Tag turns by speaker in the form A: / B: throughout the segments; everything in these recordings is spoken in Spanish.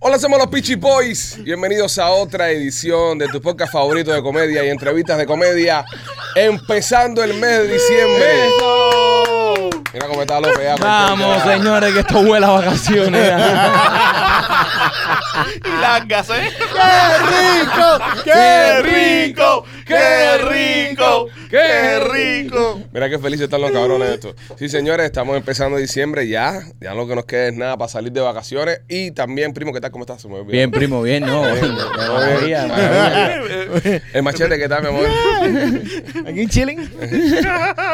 A: Hola, somos los Peachy Boys. Bienvenidos a otra edición de tu podcast favorito de comedia y entrevistas de comedia. Empezando el mes de diciembre. Mira cómo está López. ya,
B: Vamos,
A: contento.
B: señores, que esto huele a vacaciones.
C: Y largas, ¿eh?
B: rico!
C: ¡Qué rico!
A: Mira qué felices están los cabrones de esto. Sí, señores, estamos empezando diciembre ya. Ya lo que nos queda es nada para salir de vacaciones. Y también, primo, ¿qué tal? ¿Cómo estás? Se me olvidó.
B: Bien, primo, bien, no. Maravilla, maravilla.
A: El machete, ¿qué tal, mi amor?
D: Aquí chilling.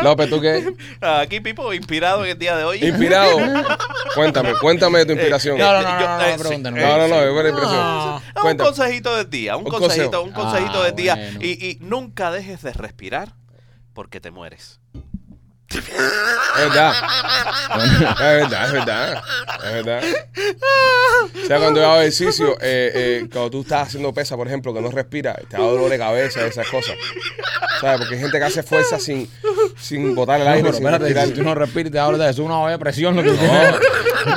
A: López, ¿tú qué?
C: Aquí, Pipo, inspirado en el día de hoy.
A: Inspirado. Cuéntame, cuéntame de tu inspiración.
B: No, no,
A: No,
B: no, no,
C: Yo-
B: no,
C: eh,
B: no, pregúntanos.
C: sí,
A: no, no, es buena impresión.
C: Ah, un
A: Cuéntame.
C: consejito del día, un
A: Un consejo.
C: consejito, un consejito
B: Ah,
C: del día.
B: bueno.
C: Y, y nunca dejes de respirar porque te mueres.
A: Es verdad. Es verdad, es verdad. Es verdad. O sea, cuando yo hago ejercicio, eh, eh, cuando tú estás haciendo pesa, por ejemplo, que no respiras, te da dolor de cabeza, esas cosas. ¿Sabes? Porque hay gente que hace fuerza sin, sin botar el
B: No,
A: aire,
B: pero
A: sin
B: espérate,
A: respirar.
B: si tú no respiras, te hablas de eso. Una olla de presión, lo que tú
A: No.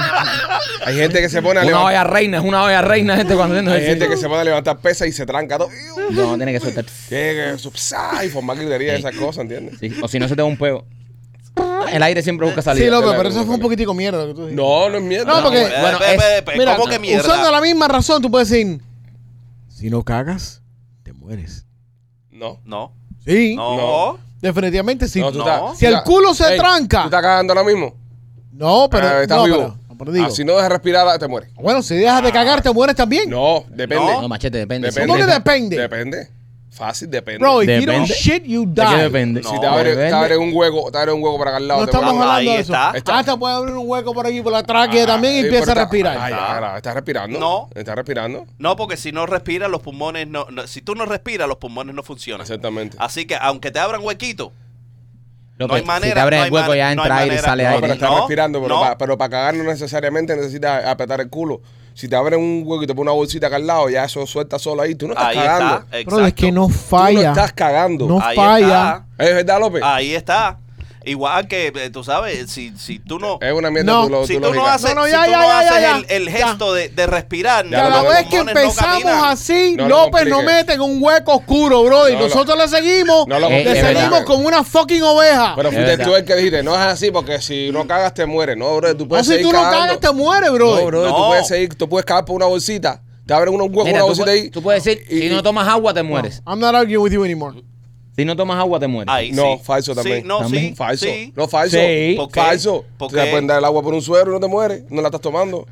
A: Hay gente que se pone a
B: Una
A: levantar.
B: olla reina, es una olla reina, gente, cuando haciendo
A: Hay gente que
B: ejercicio.
A: se pone a levantar pesas y se tranca todo.
B: No, tiene que soltar.
A: Tiene que subsar y formar gritería y esas cosas, ¿entiendes?
B: Sí, O si no, se te da un peo. El aire siempre busca salir.
D: Sí, López,
A: la-
D: pero eso fue un poquitico mierda lo que tú dijiste.
A: No, no es mierda.
D: No, porque-
C: Eh,
B: Bueno,
C: pe-
B: es-
C: pe- pe-
D: Mira,
C: ¿cómo que mierda?
D: usando la misma razón, tú puedes decir: Si no cagas, te mueres.
A: No.
C: No,
D: Sí,
C: no,
A: No.
D: definitivamente sí.
A: No, tú
C: No.
A: estás-
D: Si el
A: tú
D: culo se
A: estás-
D: tranca.
A: ¿Tú estás cagando ahora mismo?
D: No, pero.
A: Ah, estás
D: no,
A: vivo.
D: pero- no, pero digo,
A: Ah, si no dejas respirar, te mueres.
D: Bueno, si dejas de cagar, te mueres también.
A: No, depende.
B: No, machete, depende.
A: Depende.
D: ¿Cómo que depende?
A: Depende. Fácil, depende.
D: Bro, if you
B: Depende.
D: don't shit, you
B: ¿De qué
D: die.
B: depende?
A: si
C: no,
A: te abres
B: depende.
A: te abre un hueco, te abre un hueco para acá al lado.
D: No
A: te
D: estamos
A: vuelve-
C: Ahí
D: hablando de eso.
C: está.
A: Está.
D: Hasta puede abrir un hueco por aquí, por la tráquea también y
A: Eh,
D: empieza a
A: pero está-
D: respirar.
A: Ay, ahora, ¿Estás respirando?
C: No.
A: ¿Estás respirando?
C: No, porque si no respiras, los pulmones no, no- Si tú no respiras, los pulmones no funcionan.
A: Exactamente.
C: Así que, aunque te abran huequito,
B: López,
C: No hay
B: si
C: manera,
B: te abres
C: no
B: el
C: hay
B: hueco,
C: man-
B: ya
C: no
B: entra
C: hay
B: aire y
C: manera.
B: sale
C: No,
A: No,
B: aire.
A: pero estás
C: No,
A: respirando, pero,
C: no.
A: para, pero para cagar no necesariamente necesitas apretar el culo. Si te abren un hueco y te pones una bolsita acá al lado, ya eso suelta solo ahí. Tú no estás
C: ahí
A: cagando.
C: está. Eh, Exacto.
D: Bro, es que no
A: Tú no
D: falla.
A: estás cagando.
D: No.
C: ahí
D: falla.
A: ¿Es verdad, López?
C: Está, ahí está. Igual que, eh, tú sabes, si, si tú no...
A: Es una mierda
D: No.
A: tu, lo-
C: si
A: tu
C: tú no
A: lógica.
C: haces,
D: No, no,
C: si
D: ya,
C: tú
D: ya,
C: no
D: ya,
C: haces
D: ya.
C: el, el gesto de, de respirar,
A: Ya,
D: Cada
A: no,
D: vez que
C: los pulmones no
D: empezamos
C: caminan.
D: así,
A: No lo
D: López nos
A: compliques.
D: mete en un hueco oscuro, bro. Y
A: No lo-
D: nosotros le seguimos.
A: No lo
D: le
B: compliques. Es
D: seguimos
A: verdad.
D: como una fucking oveja.
A: Pero
B: Es
A: fuiste
B: verdad.
A: tú el que dijiste, no es así porque si no cagas te mueres. No, bro, tú
D: no,
A: puedes
D: si
A: seguir
D: tú no
A: cagando.
D: cagas, te mueres, bro.
A: No, bro, tú
C: No.
A: puedes seguir, tú puedes cagar por una bolsita. Te abren unos huecos,
B: Mira,
A: una
B: tú
A: bolsita
B: pu-
A: ahí.
B: tú puedes decir, si no tomas agua, te mueres.
D: I'm not arguing with you anymore.
B: Si no tomas agua, te mueres.
C: Ahí,
A: No,
C: sí.
A: falso también.
C: Sí, no,
B: También.
C: sí.
A: Falso.
C: sí.
A: No, falso.
B: Sí.
C: ¿Por qué?
A: Falso.
C: ¿Por
A: Te
C: qué?
A: pueden dar el agua por un suero y no te mueres. No la estás tomando.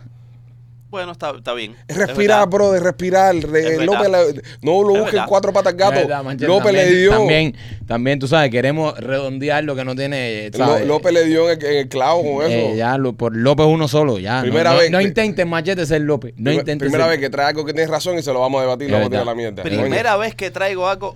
C: Bueno, está, está bien.
A: Es
C: Es
A: respirar,
C: verdad.
A: bro, es respirar. Re-
C: Es
A: López
C: verdad.
A: le- no lo
C: Es
A: busquen
C: verdad.
A: cuatro patas al gato.
B: Es verdad, Manchete,
A: López le
B: también-
A: dio.
B: También, también, tú sabes, queremos redondear lo que no tiene.
A: Ló-
B: ¿sabes?
A: López le dio en el, en el clavo con eso.
B: Eh, ya, lo- por López uno solo, ya.
A: Primera
B: no, no-
A: vez
B: no
A: que-
B: intentes, machete, ser López. No
A: Primer-
B: intentes
A: primera
B: ser-
A: vez que trae algo que tienes razón y se lo vamos a debatir y
B: Es
A: lo vamos a tirar a la
B: verdad.
A: mierda.
C: Primera vez que traigo algo.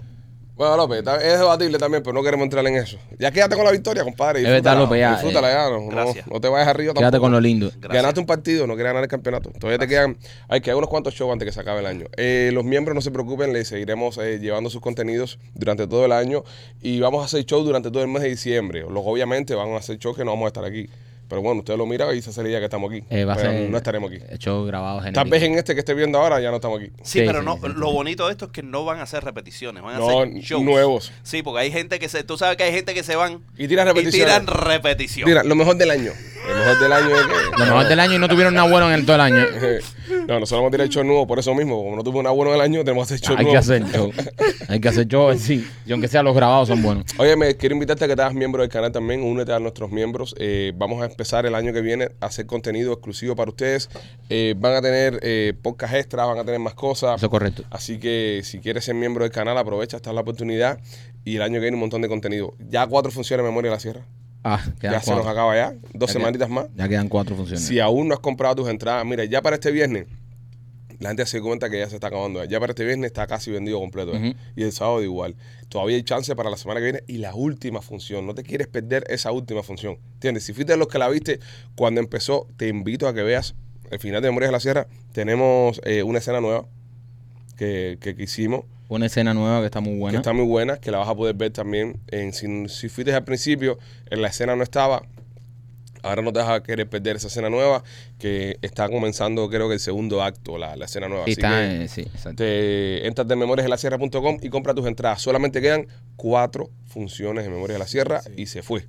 A: Bueno, López, ta- es debatible también, pero no queremos entrar en eso. Ya quédate con la victoria, compadre.
B: Es verdad,
A: disfrútala,
B: López, ya,
A: Disfrútala
B: eh,
A: ya, no, no-
C: gracias.
A: no te vayas arriba
B: Quédate
A: tampoco.
B: con lo lindo.
C: Gracias.
A: Ganaste un partido, no quieres ganar el campeonato. Todavía te quedan, hay que hay unos cuantos shows antes que se acabe el año. Eh, los miembros no se preocupen, les seguiremos eh, llevando sus contenidos durante todo el año y vamos a hacer shows durante todo el mes de diciembre. Los, obviamente van a hacer shows que no vamos a estar aquí. Pero bueno, usted lo mira y se hace la idea que estamos aquí.
B: Eh, va a
A: Pero
B: ser
A: no estaremos aquí.
B: Show grabado
A: Tal
B: genérico.
A: vez en este que esté viendo ahora ya no estamos aquí.
C: Sí,
B: Sí,
C: pero
B: sí,
C: no,
B: sí, sí.
C: lo bonito de esto es que no van a hacer repeticiones, van a
A: No,
C: hacer shows.
A: nuevos.
C: Sí, porque hay gente que se, tú sabes que hay gente que se van
A: Y tiran repeticiones.
C: tiran repetición.
A: Mira, lo mejor del año. Lo mejor del año es que...
B: Lo mejor del año y no tuvieron nada bueno en el todo el año.
A: No, nosotros vamos a tirar el show nuevo por eso mismo. Como no tuve un abuelo del año, tenemos que hacer show
B: Hay
A: nuevo.
B: que hacer show. Hay que hacer show, sí. Y aunque sea los grabados son buenos.
A: Oye, me quiero invitarte a que te hagas miembro del canal también. Únete a nuestros miembros. Eh, vamos a empezar el año que viene a hacer contenido exclusivo para ustedes. Eh, van a tener eh, podcast extras, van a tener más cosas.
B: Eso es correcto.
A: Así que si quieres ser miembro del canal, aprovecha, esta es la oportunidad. Y el año que viene un montón de contenido. Ya cuatro funciones de memoria de la sierra.
B: Ah, quedan
A: ya se nos
B: cuatro.
A: acaba ya. Dos
B: Ya queda-
A: semanitas más.
B: Ya quedan cuatro funciones.
A: Si aún no has comprado tus entradas, mira, ya para este viernes, la gente se cuenta que ya se está acabando. Ya para este viernes está casi vendido completo. ¿eh?
B: Ujú.
A: Y el sábado igual. Todavía hay chance para la semana que viene y la última función. No te quieres perder esa última función. ¿Entiendes? Si fuiste de los que la viste cuando empezó, te invito a que veas el final de Memorias de la Sierra. Tenemos eh, una escena nueva que, que, que hicimos
B: Una escena nueva que está muy
A: que
B: buena.
A: está muy buena, que la vas a poder ver también. En, si, si fuiste al principio, en la escena no estaba. Ahora no te vas a querer perder esa escena nueva que está comenzando, creo que el segundo acto, la, la escena nueva.
B: Sí,
A: Así
B: está,
A: que
B: eh, sí, exacto.
A: te entras de memorias de la sierra.com y compra tus entradas. Solamente quedan cuatro funciones de Memorias de la Sierra y se fue.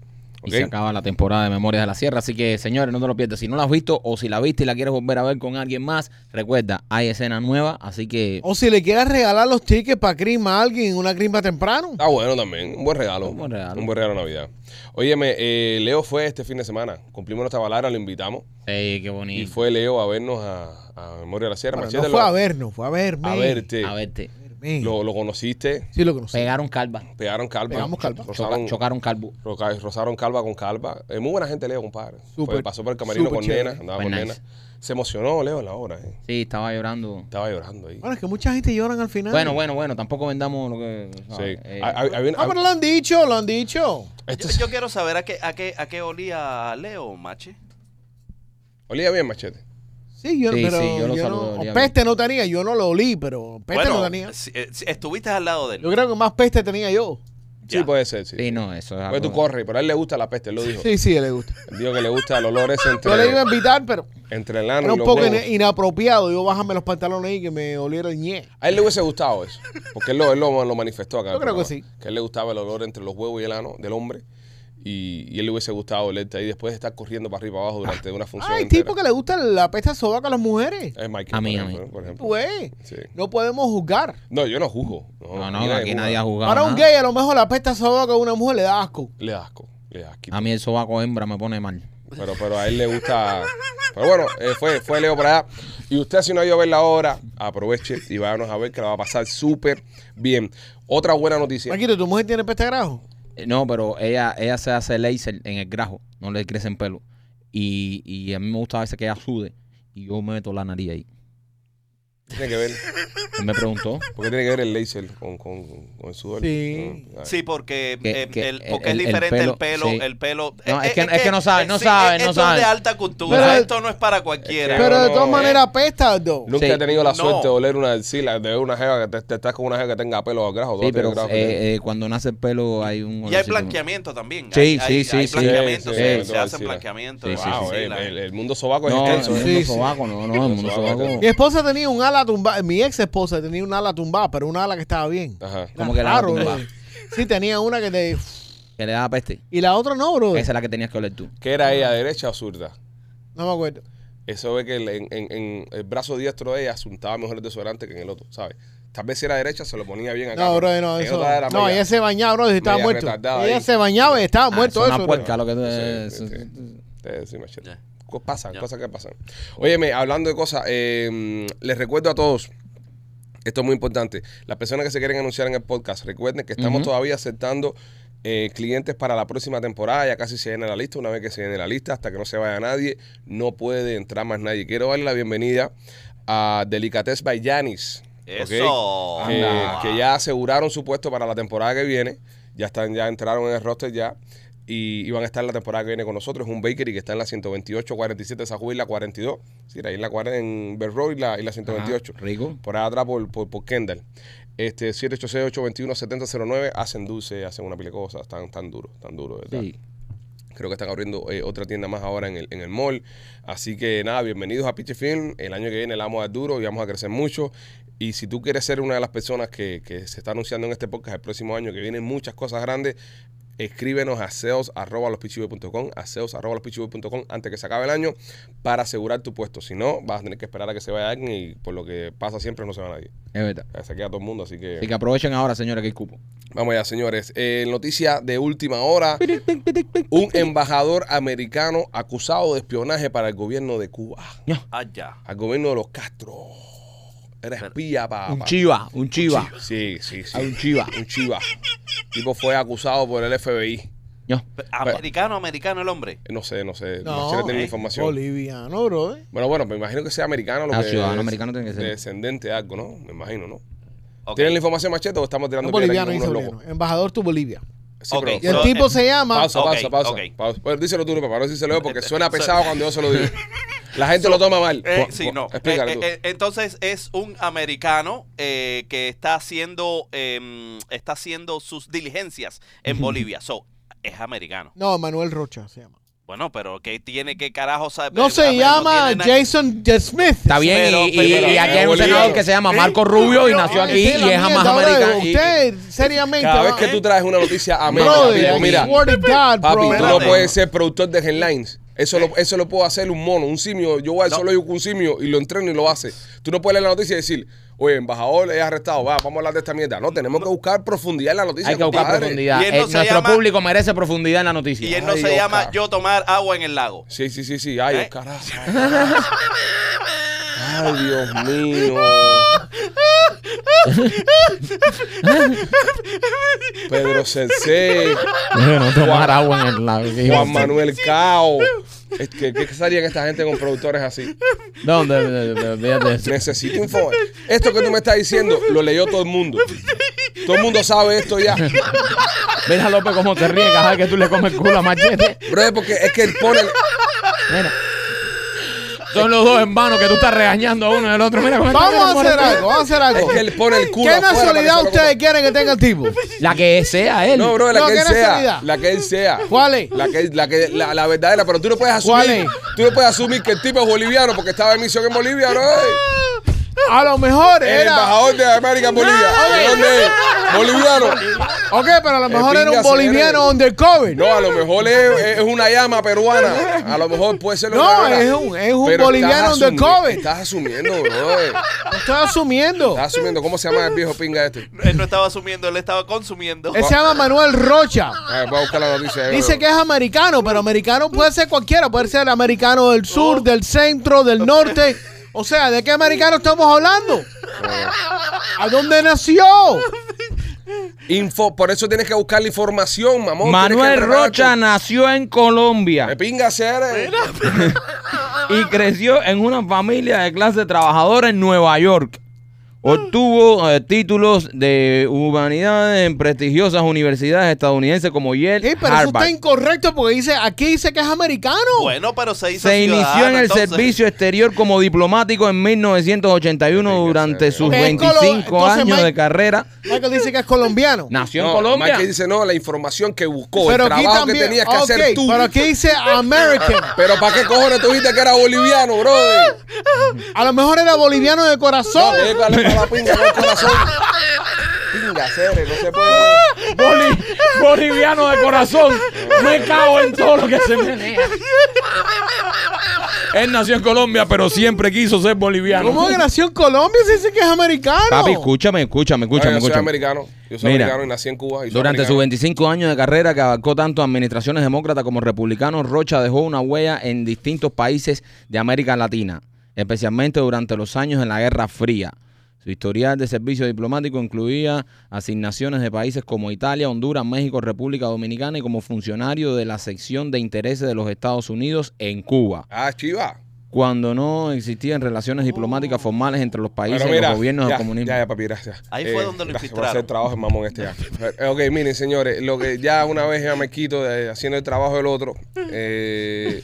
B: Y
A: ¿ok?
B: se acaba la temporada de Memorias de la Sierra. Así que, señores, no te lo pierdas. Si no la has visto o si la viste y la quieres volver a ver con alguien más, recuerda, hay escena nueva. Así que,
A: Oh.
D: O si le quieras regalar los tickets para crima a alguien, una crima temprano.
A: Está bueno también, un buen regalo.
B: Un buen regalo.
A: Un buen regalo de Navidad. Óyeme, eh, Leo fue este fin de semana. Cumplimos nuestra palabra, lo invitamos.
B: ey, qué
A: Y
B: bonito.
A: fue Leo a vernos a, a Memoria de la Sierra.
D: Bueno, no
A: Machete,
D: fue
A: lo-
D: a vernos, fue a verme.
A: a verte.
B: A verte.
D: verme.
A: Lo, lo conociste,
D: Sí, lo conocí.
B: Pegaron calva.
A: pegaron calva.
D: Pegamos calva.
B: Choca-
A: Rozaron,
B: chocaron calvo.
A: roca- rozaron calva con calva. Eh, muy buena gente, Leo, compadre. Fue-
D: Súper,
A: pasó por el camarino
D: súper
A: con
D: chévere.
A: nena, andaba
B: Fue
A: con
B: nice.
A: nena. Se emocionó Leo en la hora. eh.
B: Sí, estaba llorando.
A: Estaba llorando ahí.
D: Bueno, es que mucha gente lloran al final.
B: Bueno, bueno, bueno, tampoco vendamos lo que. ¿sabes?
A: Sí.
B: Eh,
A: Ah, ah, había-
D: Ah, pero lo han dicho, lo han dicho.
A: esto
C: Yo,
A: este es-
C: yo quiero saber a qué, a qué, a qué olía Leo, mache.
A: Olía bien, machete.
D: Sí, yo,
B: Sí,
D: pero
B: sí, yo
D: yo,
B: lo
D: no,
B: saludo,
D: o
B: Diego.
D: peste no tenía, yo no lo olí, pero peste no tenía.
C: si- eh, si estuviste al lado de él.
D: Yo creo que más peste tenía yo.
C: Ya.
A: Sí, puede ser, sí.
B: sí, no, eso es
A: Pues tú
B: algo.
A: corres, pero a él le gusta la peste, él lo dijo.
D: Sí, sí, le gusta.
A: Él Dijo que le gusta el olor ese entre,
D: Yo le iba a invitar, pero
A: entre el ano
D: era
A: y
D: un
A: Ah, los
D: poco
A: huevos.
D: ina- inapropiado. Yo bájame los pantalones y que me oliera el ñe.
A: A él le hubiese gustado eso, porque él lo, él lo, lo manifestó acá. en
D: Yo
A: el
D: creo que
A: programa, Que a él le gustaba el olor entre los huevos y el ano del hombre, y, y él le hubiese gustado olerte ahí después de estar corriendo para arriba y para abajo durante una función
D: Ay,
A: entera.
D: tipo que le gusta la peste a sobaco a las mujeres.
A: Es Michael,
B: A mí,
A: por
B: a
A: ejemplo,
B: mí.
A: ¿no? Por ejemplo.
D: Pues,
A: Sí.
D: no podemos juzgar.
A: No, yo no juzgo.
B: No,
A: aquí
B: no, aquí nadie ha
A: juzga.
B: jugado.
D: Para un
B: nada.
D: gay, a lo mejor la peste a sobaco a una mujer le da asco.
A: Le da asco, le da asquito.
B: A mí el sobaco hembra me pone mal.
A: Pero, pero a él le gusta. Pero bueno, eh, fue, fue Leo para allá. Y usted, si no ha ido a ver la obra, aproveche y váyanos a ver que la va a pasar súper bien. Otra buena noticia.
D: Maquito, ¿tu mujer tiene peste a grajo?
B: Eh, No, pero ella, ella se hace laser en el grajo, no le crecen pelo. Y, y a mí me gusta a veces que ella sude y yo meto la nariz ahí.
A: Tiene que ver.
B: Él me preguntó.
A: Porque tiene que ver el laser con, con, con el sudor.
D: Sí.
A: Mm, ah.
C: Sí, porque,
B: Que-
C: eh,
B: que
C: el- porque
B: el-
C: es
B: el
C: diferente el
B: pelo,
C: pelo,
B: sí.
C: el pelo.
B: No,
C: Eh,
B: es que-
C: eh,
B: es que no saben, no saben,
C: esto
B: no
C: es
B: saben.
C: de alta cultura,
D: Pero-
C: esto no es para cualquiera.
A: Pero-
D: Pero de
A: no,
D: todas
A: eh.
D: maneras apesta, do.
A: Nunca
B: Sí.
A: he tenido la
C: No.
A: suerte de oler una axila, de ver una jeva que te, te estás con una jeva que tenga pelo grajo.
B: Sí,
A: todo tiene
B: pero
A: grajo, tiene-
B: eh, eh, cuando nace el pelo hay
C: y
B: un.
C: hay
B: olorcito.
C: blanqueamiento también.
B: Sí,
C: hay,
B: sí,
C: hay-
B: sí,
C: hay
B: sí.
C: blanqueamiento,
B: Sí,
C: se,
B: sí,
C: se
A: sí.
C: hacen
A: Sí,
C: blanqueamientos.
B: sí, sí,
A: Wow,
B: sí,
A: eh,
C: la-
A: el, el mundo sobaco
B: No,
A: es extenso.
B: el
A: ¿eh?
B: mundo
D: Sí, sí.
B: sobaco, no, no, el mundo
A: Sobaco,
B: sobaco.
D: Mi esposa tenía un ala tumbada, mi ex esposa tenía un ala tumbada, pero un ala que estaba bien.
A: Ajá.
B: ¿Cómo que el ala tumbada?
D: bro. Sí, tenía una que te...
B: Que le da peste.
D: Y la otra no, bro.
B: Esa es la que tenías que oler tú.
A: ¿Qué era ella, derecha o zurda?
D: No me acuerdo.
A: Eso es que el- en, en- en el brazo diestro de ella asuntaba mejor el desodorante que en el otro, ¿sabes? Tal vez si era derecha se lo ponía bien acá.
D: No,
A: pero
D: bro, no,
A: en
D: eso.
A: otra era
D: No,
A: media-
D: ella se bañaba, bro, y estaba
A: media
D: muerto.
A: retardada
D: Ella
A: ahí.
D: se bañaba y estaba
B: Ah,
D: muerto
B: es una
D: eso. bro.
B: puerca lo que tú-
A: Sí, sí, sí. Eh, sí, machete.
C: Ya.
A: Co- Pasan,
C: Ya.
A: cosas que pasan. Óyeme, hablando de cosas, eh, les recuerdo a todos. Esto es muy importante. Las personas que se quieren anunciar en el podcast, recuerden que estamos
B: Ujú.
A: todavía aceptando eh, clientes para la próxima temporada. Ya casi se llena la lista. Una vez que se llene la lista, hasta que no se vaya nadie, no puede entrar más nadie. Quiero darle la bienvenida a Delicatez by Yanis.
C: Eso. Ah,
A: Que,
B: Anda.
A: que ya aseguraron su puesto para la temporada que viene. Ya están, ya entraron en el roster ya. Y, y van a estar la temporada que viene con nosotros. Es un bakery que está en la 128, 47 de Sajú y la 42. Sí, ahí en la cuar- en Bell Road y la, y la 128.
B: Ajá, rico.
A: Por allá atrás por, por, por Kendall. Este, 786-821-7009. Hacen dulce, hacen una pila de cosas. Están tan duros, tan duros. de verdad.
B: Sí.
A: Creo que están abriendo eh, otra tienda más ahora en el, en el mall. Así que nada, bienvenidos a Pitch Film. El año que viene la vamos a dar duro y vamos a crecer mucho. Y si tú quieres ser una de las personas que, que se está anunciando en este podcast el próximo año, que vienen muchas cosas grandes, escríbenos a seos.com, a seos.com antes que se acabe el año para asegurar tu puesto. Si no, vas a tener que esperar a que se vaya alguien y por lo que pasa siempre no se va nadie.
B: Es verdad.
A: Se queda todo el mundo, así que...
B: Así que aprovechen ahora, señores, que hay cupo.
A: Vamos allá, señores. Eh, noticia de última hora. Un embajador americano acusado de espionaje para el gobierno de Cuba.
C: Allá.
A: Al gobierno de los Castro. Era espía para...
B: Un chiva, un chiva.
A: Sí, sí, sí.
B: A un chiva.
A: Un chiva. Tipo fue acusado por el FBI.
B: No.
C: Americano, americano el hombre.
A: No sé, no sé.
D: No,
A: No, sé si tiene
C: eh,
A: información.
D: Boliviano, bro. eh.
A: Bueno, bueno, me imagino que sea americano. Lo
B: Ah,
A: que
B: ciudadano
A: es
B: americano tiene que ser.
A: de Descendente de algo, ¿no? Me imagino, ¿no?
C: Ok.
A: ¿Tienen la información, Machete, o estamos
D: No
A: tirando piedra
D: boliviano,
A: aquí
D: dice
A: como unos
D: boliviano. Embajador tu Bolivia.
A: locos? Sí,
C: Ok.
A: pero-
D: Y el
C: So,
D: tipo
C: eh,
D: se llama...
A: Pausa,
C: Ok,
A: pausa, pausa,
C: ok. Este,
A: pausa. Bueno, Pues díselo tú, papá, no díselo yo porque suena pesado cuando yo se lo digo. La gente lo toma mal.
C: Eh,
A: Cu-
C: sí,
A: cu-
C: no.
A: Explícalo
C: Eh,
A: tú.
C: eh, eh, entonces es un americano eh, que está haciendo, em, está haciendo sus diligencias en Bolivia. So, es americano.
D: No, Manuel Rocha se llama.
C: Bueno, pero ¿qué tiene que carajo saber?
D: No
C: Ah,
D: se
C: pero
D: llama
C: tiene nada-
D: Jason J. Smith. Ah,
B: Está bien,
C: Pero-
B: y, y-
C: pero-
B: y aquí hay un
A: Bolívar.
B: senador que se llama Marco Rubio y nació aquí y
D: Esa la
B: es jamás
D: mierda, brother.
B: americano. y-
D: Usted, seriamente.
A: Cada vez
D: va-
C: eh,
A: que tú traes una noticia a América,
D: Brother,
A: tipo, mira,
D: swear to God,
A: papi,
D: bro.
A: tú no
C: Espérate.
A: puedes ser productor de headlines. Eso lo, eso lo puedo hacer un mono, un simio. Yo voy al solo yo con un simio y lo entreno y lo hace. Tú no puedes leer la noticia y decir, oye, embajador es arrestado, va, vamos a hablar de esta mierda. No, tenemos que buscar profundidad en la noticia.
B: Hay que buscar
A: compadre.
B: profundidad.
C: Y él no
B: Eh,
C: se
B: nuestro
C: llama-
B: público merece profundidad en la noticia.
C: Y él no
A: Ay,
C: se
A: Dios,
C: llama
A: cara.
C: yo tomar agua en el lago.
A: Sí, sí, sí, sí. Ay,
C: ¿Eh?
A: Dios, carajo. Ay, Dios mío. Pedro Sensei,
D: No tomar agua en el lago.
A: Juan Manuel Cao. Es que- ¿Qué salían esta gente con productores así?
D: No, no, no, no, fíjate eso.
A: Necesito info. Esto que tú me estás diciendo lo leyó todo el mundo. Todo el mundo sabe esto ya.
D: Mira, López, cómo te ríes, cada vez que tú le comes el culo a Machete.
A: Bro, porque es que él pone.
D: Mira.
B: Son los dos hermanos que tú estás regañando a uno y al otro. Mira cómo está
D: Vamos a
B: enamorado.
D: hacer algo, vamos a hacer
A: Es
D: algo.
A: que él pone el culo.
D: ¿Qué
A: afuera para que se
D: nacionalidad
A: lo
D: ustedes
A: coma.
D: quieren que tenga el tipo?
B: La que sea él.
A: No, bro, la
D: No,
A: que él
D: ¿qué
A: sea.
D: nacionalidad?
A: La que él sea.
D: ¿Cuál es?
A: La que, la que, la, la verdadera, pero tú no puedes
D: ¿Cuál
A: asumir.
D: es?
A: Tú no puedes asumir que el tipo es boliviano porque estaba en misión en Bolivia, ¿no?
D: A lo mejor
A: El
D: era.
A: embajador de América en Bolivia. ¿De dónde es? Boliviano.
D: Ok, pero a lo mejor era
A: pinga,
D: un boliviano
A: señores.
D: undercover.
A: No, a lo mejor es, es una llama peruana. A lo mejor puede ser
D: No,
A: otra.
D: es un- es un
A: Pero
D: boliviano
A: estás asumi-
D: undercover.
A: Estás asumiendo, bro. Estás
D: Estoy asumiendo.
A: asumiendo. ¿Cómo se llama el viejo pinga este?
C: Él no estaba asumiendo, él estaba consumiendo.
D: Él se llama Manuel Rocha.
A: A ver, voy a buscar la noticia. eh,
D: Dice que es americano, pero americano puede ser cualquiera. Puede ser americano del sur, del centro, del norte. O sea, ¿de qué americano estamos hablando? ¿A dónde nació?
A: Info, por eso tienes que buscar la información, mamón.
B: Manuel
A: este.
B: Rocha nació en Colombia
A: Me pinga ser.
B: y creció en una familia de clase trabajadora en Nueva York. Obtuvo eh, títulos de humanidades en prestigiosas universidades estadounidenses como Yale,
D: Eh, pero eso
B: Harvard.
D: está incorrecto porque dice aquí dice que es americano.
C: Bueno, pero se hizo
B: Se inició en
C: ciudadano,
B: el
C: entonces.
B: servicio exterior como diplomático en 1981 durante sus
D: Ok,
B: 25
D: Colo- entonces,
B: años
D: Mike-
B: de carrera.
D: Michael dice que es colombiano.
B: Nació en
A: No,
B: Colombia.
A: Michael dice, no, la información que buscó, el trabajo que tenías que
D: ok,
A: hacer tú.
D: Pero aquí dice American.
A: Pero ¿para qué cojones tú dijiste que era boliviano, brother?
D: A lo mejor era boliviano de
A: No,
D: corazón.
A: me dijo, dale para la pinga, no el corazón. Pinga, Cere, no se puede.
B: boliviano de corazón. Me cago en todo lo que se menea. Él nació en Colombia, pero siempre quiso ser boliviano.
D: ¿Cómo que nació en Colombia si dice que es americano?
B: Papi, escúchame, escúchame,
A: Oye,
B: escúchame.
A: yo soy
B: escúchame.
A: americano. Yo soy
B: Mira,
A: americano y nací en Cuba. y soy
B: Durante sus
A: americano.
B: 25 años de carrera que abarcó tanto administraciones demócratas como republicanos, Rocha dejó una huella en distintos países de América Latina, especialmente durante los años de la Guerra Fría. Su historial de servicio diplomático incluía asignaciones de países como Italia, Honduras, México, República Dominicana y como funcionario de la sección de intereses de los Estados Unidos en Cuba,
A: Ah, chiva.
B: cuando no existían relaciones diplomáticas formales entre los países
A: Oh. Pero
B: y
A: mira,
B: los gobiernos
A: ya,
B: del comunismo.
A: Ya, ya, papi, gracias. Eh,
C: Ahí fue donde lo
A: gracias por
C: infiltraron.
A: hacer trabajo de mamón este ya. Eh, ok, miren, señores, lo que ya una vez ya me quito de haciendo el trabajo del otro, eh,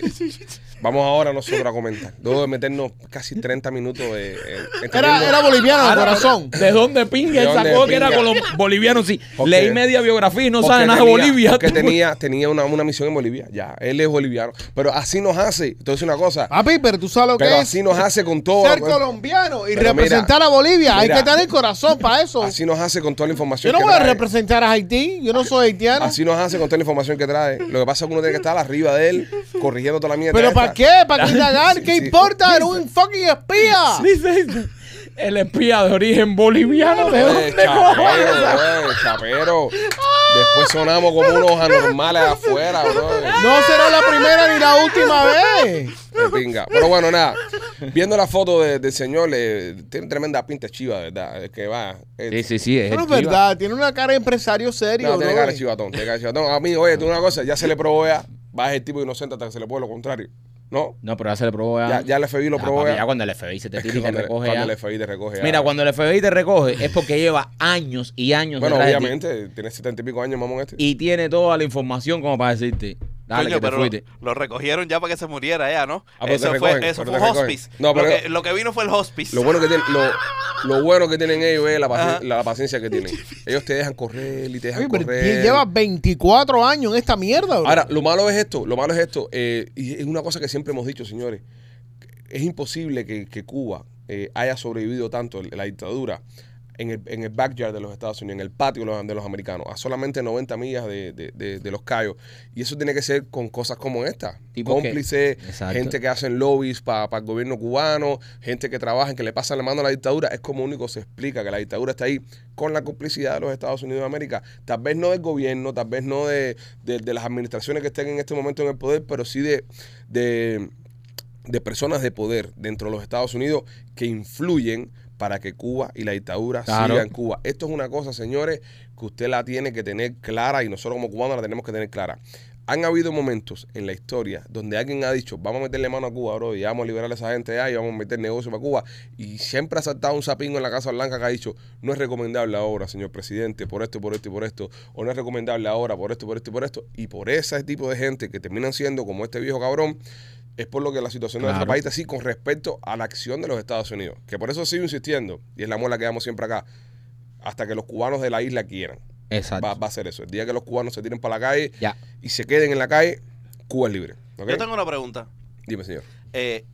A: vamos ahora nosotros a comentar. Debo de meternos casi 30 minutos de... eh, entendiendo-
D: Era, era boliviano de
A: Ah,
B: Ahora,
D: corazón.
B: ¿De dónde pinga
A: ¿De
B: él
A: dónde
B: sacó que era
A: pinga?
B: colom- boliviano? Sí,
A: Porque-
B: leí media biografía y no
A: Porque
B: sabe nada de
A: tenía-
B: Bolivia.
A: Porque tenía, tenía una, una misión en Bolivia, ya. Él es boliviano. Pero así nos hace. Entonces una cosa,
D: Papi, pero tú sabes lo que
A: pero
D: es
A: así nos hace con todo.
D: ser colombiano y
A: Pero mira,
D: representar a Bolivia. Hay
A: mira,
D: que tener corazón para eso.
A: Así nos hace con toda la información
D: Yo no
A: que
D: voy a
A: trae.
D: representar a Haití. Yo no soy haitiano.
A: Así nos hace con toda la información que trae. Lo que pasa es que uno tiene que estar arriba de él, corrigiendo toda la mierda.
D: ¿Pero
A: esta.
D: para qué? ¿Para qué indagar? ¿Qué
A: sí.
D: importa? Era un fucking espía.
B: Dice, el espía de origen boliviano. ¿De
A: Eh,
B: dónde cojones?
A: chapero, eh, chapero. Después sonamos como unos anormales afuera, bro.
D: No será la primera ni la última vez.
A: Qué pinga. Pero bueno, nada. Viendo la foto de- del señor, eh, tiene tremenda pinta de chiva, de verdad. Es que va. eh,
B: Sí, sí, sí. Es
D: Eso no
B: el
D: es
B: chiva.
D: verdad. Tiene una cara de empresario serio.
A: No, tiene
D: brother.
A: cara de chivatón, tiene cara de chivatón. A mí, oye, tú una cosa, ya se le probó ya. Vas el tipo inocente hasta que se le puede lo contrario. ¿No?
B: No, pero ya se le probó ya.
A: Ya, ya el FBI lo
B: Ya,
A: probó
B: Ah, papi,
A: ya.
B: ya cuando el FBI se te
A: Es que
B: tira y te
A: cuando,
B: recoge
A: cuando
B: ya.
A: el FBI te recoge ah, ya.
B: Mira, cuando el FBI te recoge es porque lleva años y años
A: Bueno,
B: detrás de ti.
A: obviamente, tiene setenta y pico años, mamón, este.
B: Y tiene toda la información como para decirte. Dale,
C: Coño,
B: que te
C: pero lo,
B: fuiste.
C: lo recogieron ya para que se muriera ya, ¿no?
A: Ah, pero te
C: eso fue,
A: recogen,
C: eso
A: pero
C: fue
A: te recogen.
C: hospice.
A: No,
C: lo,
A: pero-
C: que, lo que vino fue el hospice.
A: Lo bueno que tiene, lo, Lo bueno que tienen ellos es la, paci-
C: Ajá.
A: la paciencia que tienen. Ellos te dejan correr y te dejan
D: Oye, pero
A: correr.
D: lleva 24 años en esta mierda, bro.
A: Ahora, lo malo es esto, lo malo es esto, eh, y es una cosa que siempre hemos dicho, señores, es imposible que, que Cuba eh, haya sobrevivido tanto en la dictadura en el, en el backyard de los Estados Unidos, en el patio de los, de los americanos, a solamente 90 millas de, de- de- de los Cayos. Y eso tiene que ser con cosas como esta.
B: Tipo que-
A: Cómplices,
B: Exacto.
A: gente que hacen lobbies para el gobierno cubano, gente que trabaja, que le pasan la mano a la dictadura. Es como único se explica que la dictadura está ahí con la complicidad de los Estados Unidos de América. Tal vez no del gobierno, tal vez no de, de- de las administraciones que estén en este momento en el poder, pero sí de- de de personas de poder dentro de los Estados Unidos que influyen para que Cuba y la dictadura
B: Claro.
A: sigan Cuba. Esto es una cosa, señores, que usted la tiene que tener clara y nosotros como cubanos la tenemos que tener clara. Han habido momentos en la historia donde alguien ha dicho, vamos a meterle mano a Cuba, bro, y vamos a liberar a esa gente allá y vamos a meter negocio para Cuba. Y siempre ha saltado un sapingo en la Casa Blanca que ha dicho, no es recomendable ahora, señor presidente, por esto, por esto y por esto, o no es recomendable ahora, por esto, por esto y por esto. Y por ese tipo de gente que terminan siendo como este viejo cabrón, es por lo que la situación de
B: Claro.
A: nuestro país está así con respecto a la acción de los Estados Unidos. Que por eso sigo insistiendo, y es la muela que damos siempre acá, hasta que los cubanos de la isla quieran.
B: Exacto.
A: Va, va a ser eso. El día que los cubanos se tiren para la calle
B: Ya.
A: y se queden en la calle, Cuba es libre. ¿ok?
C: Yo tengo una pregunta.
A: Dime, señor.
C: Eh,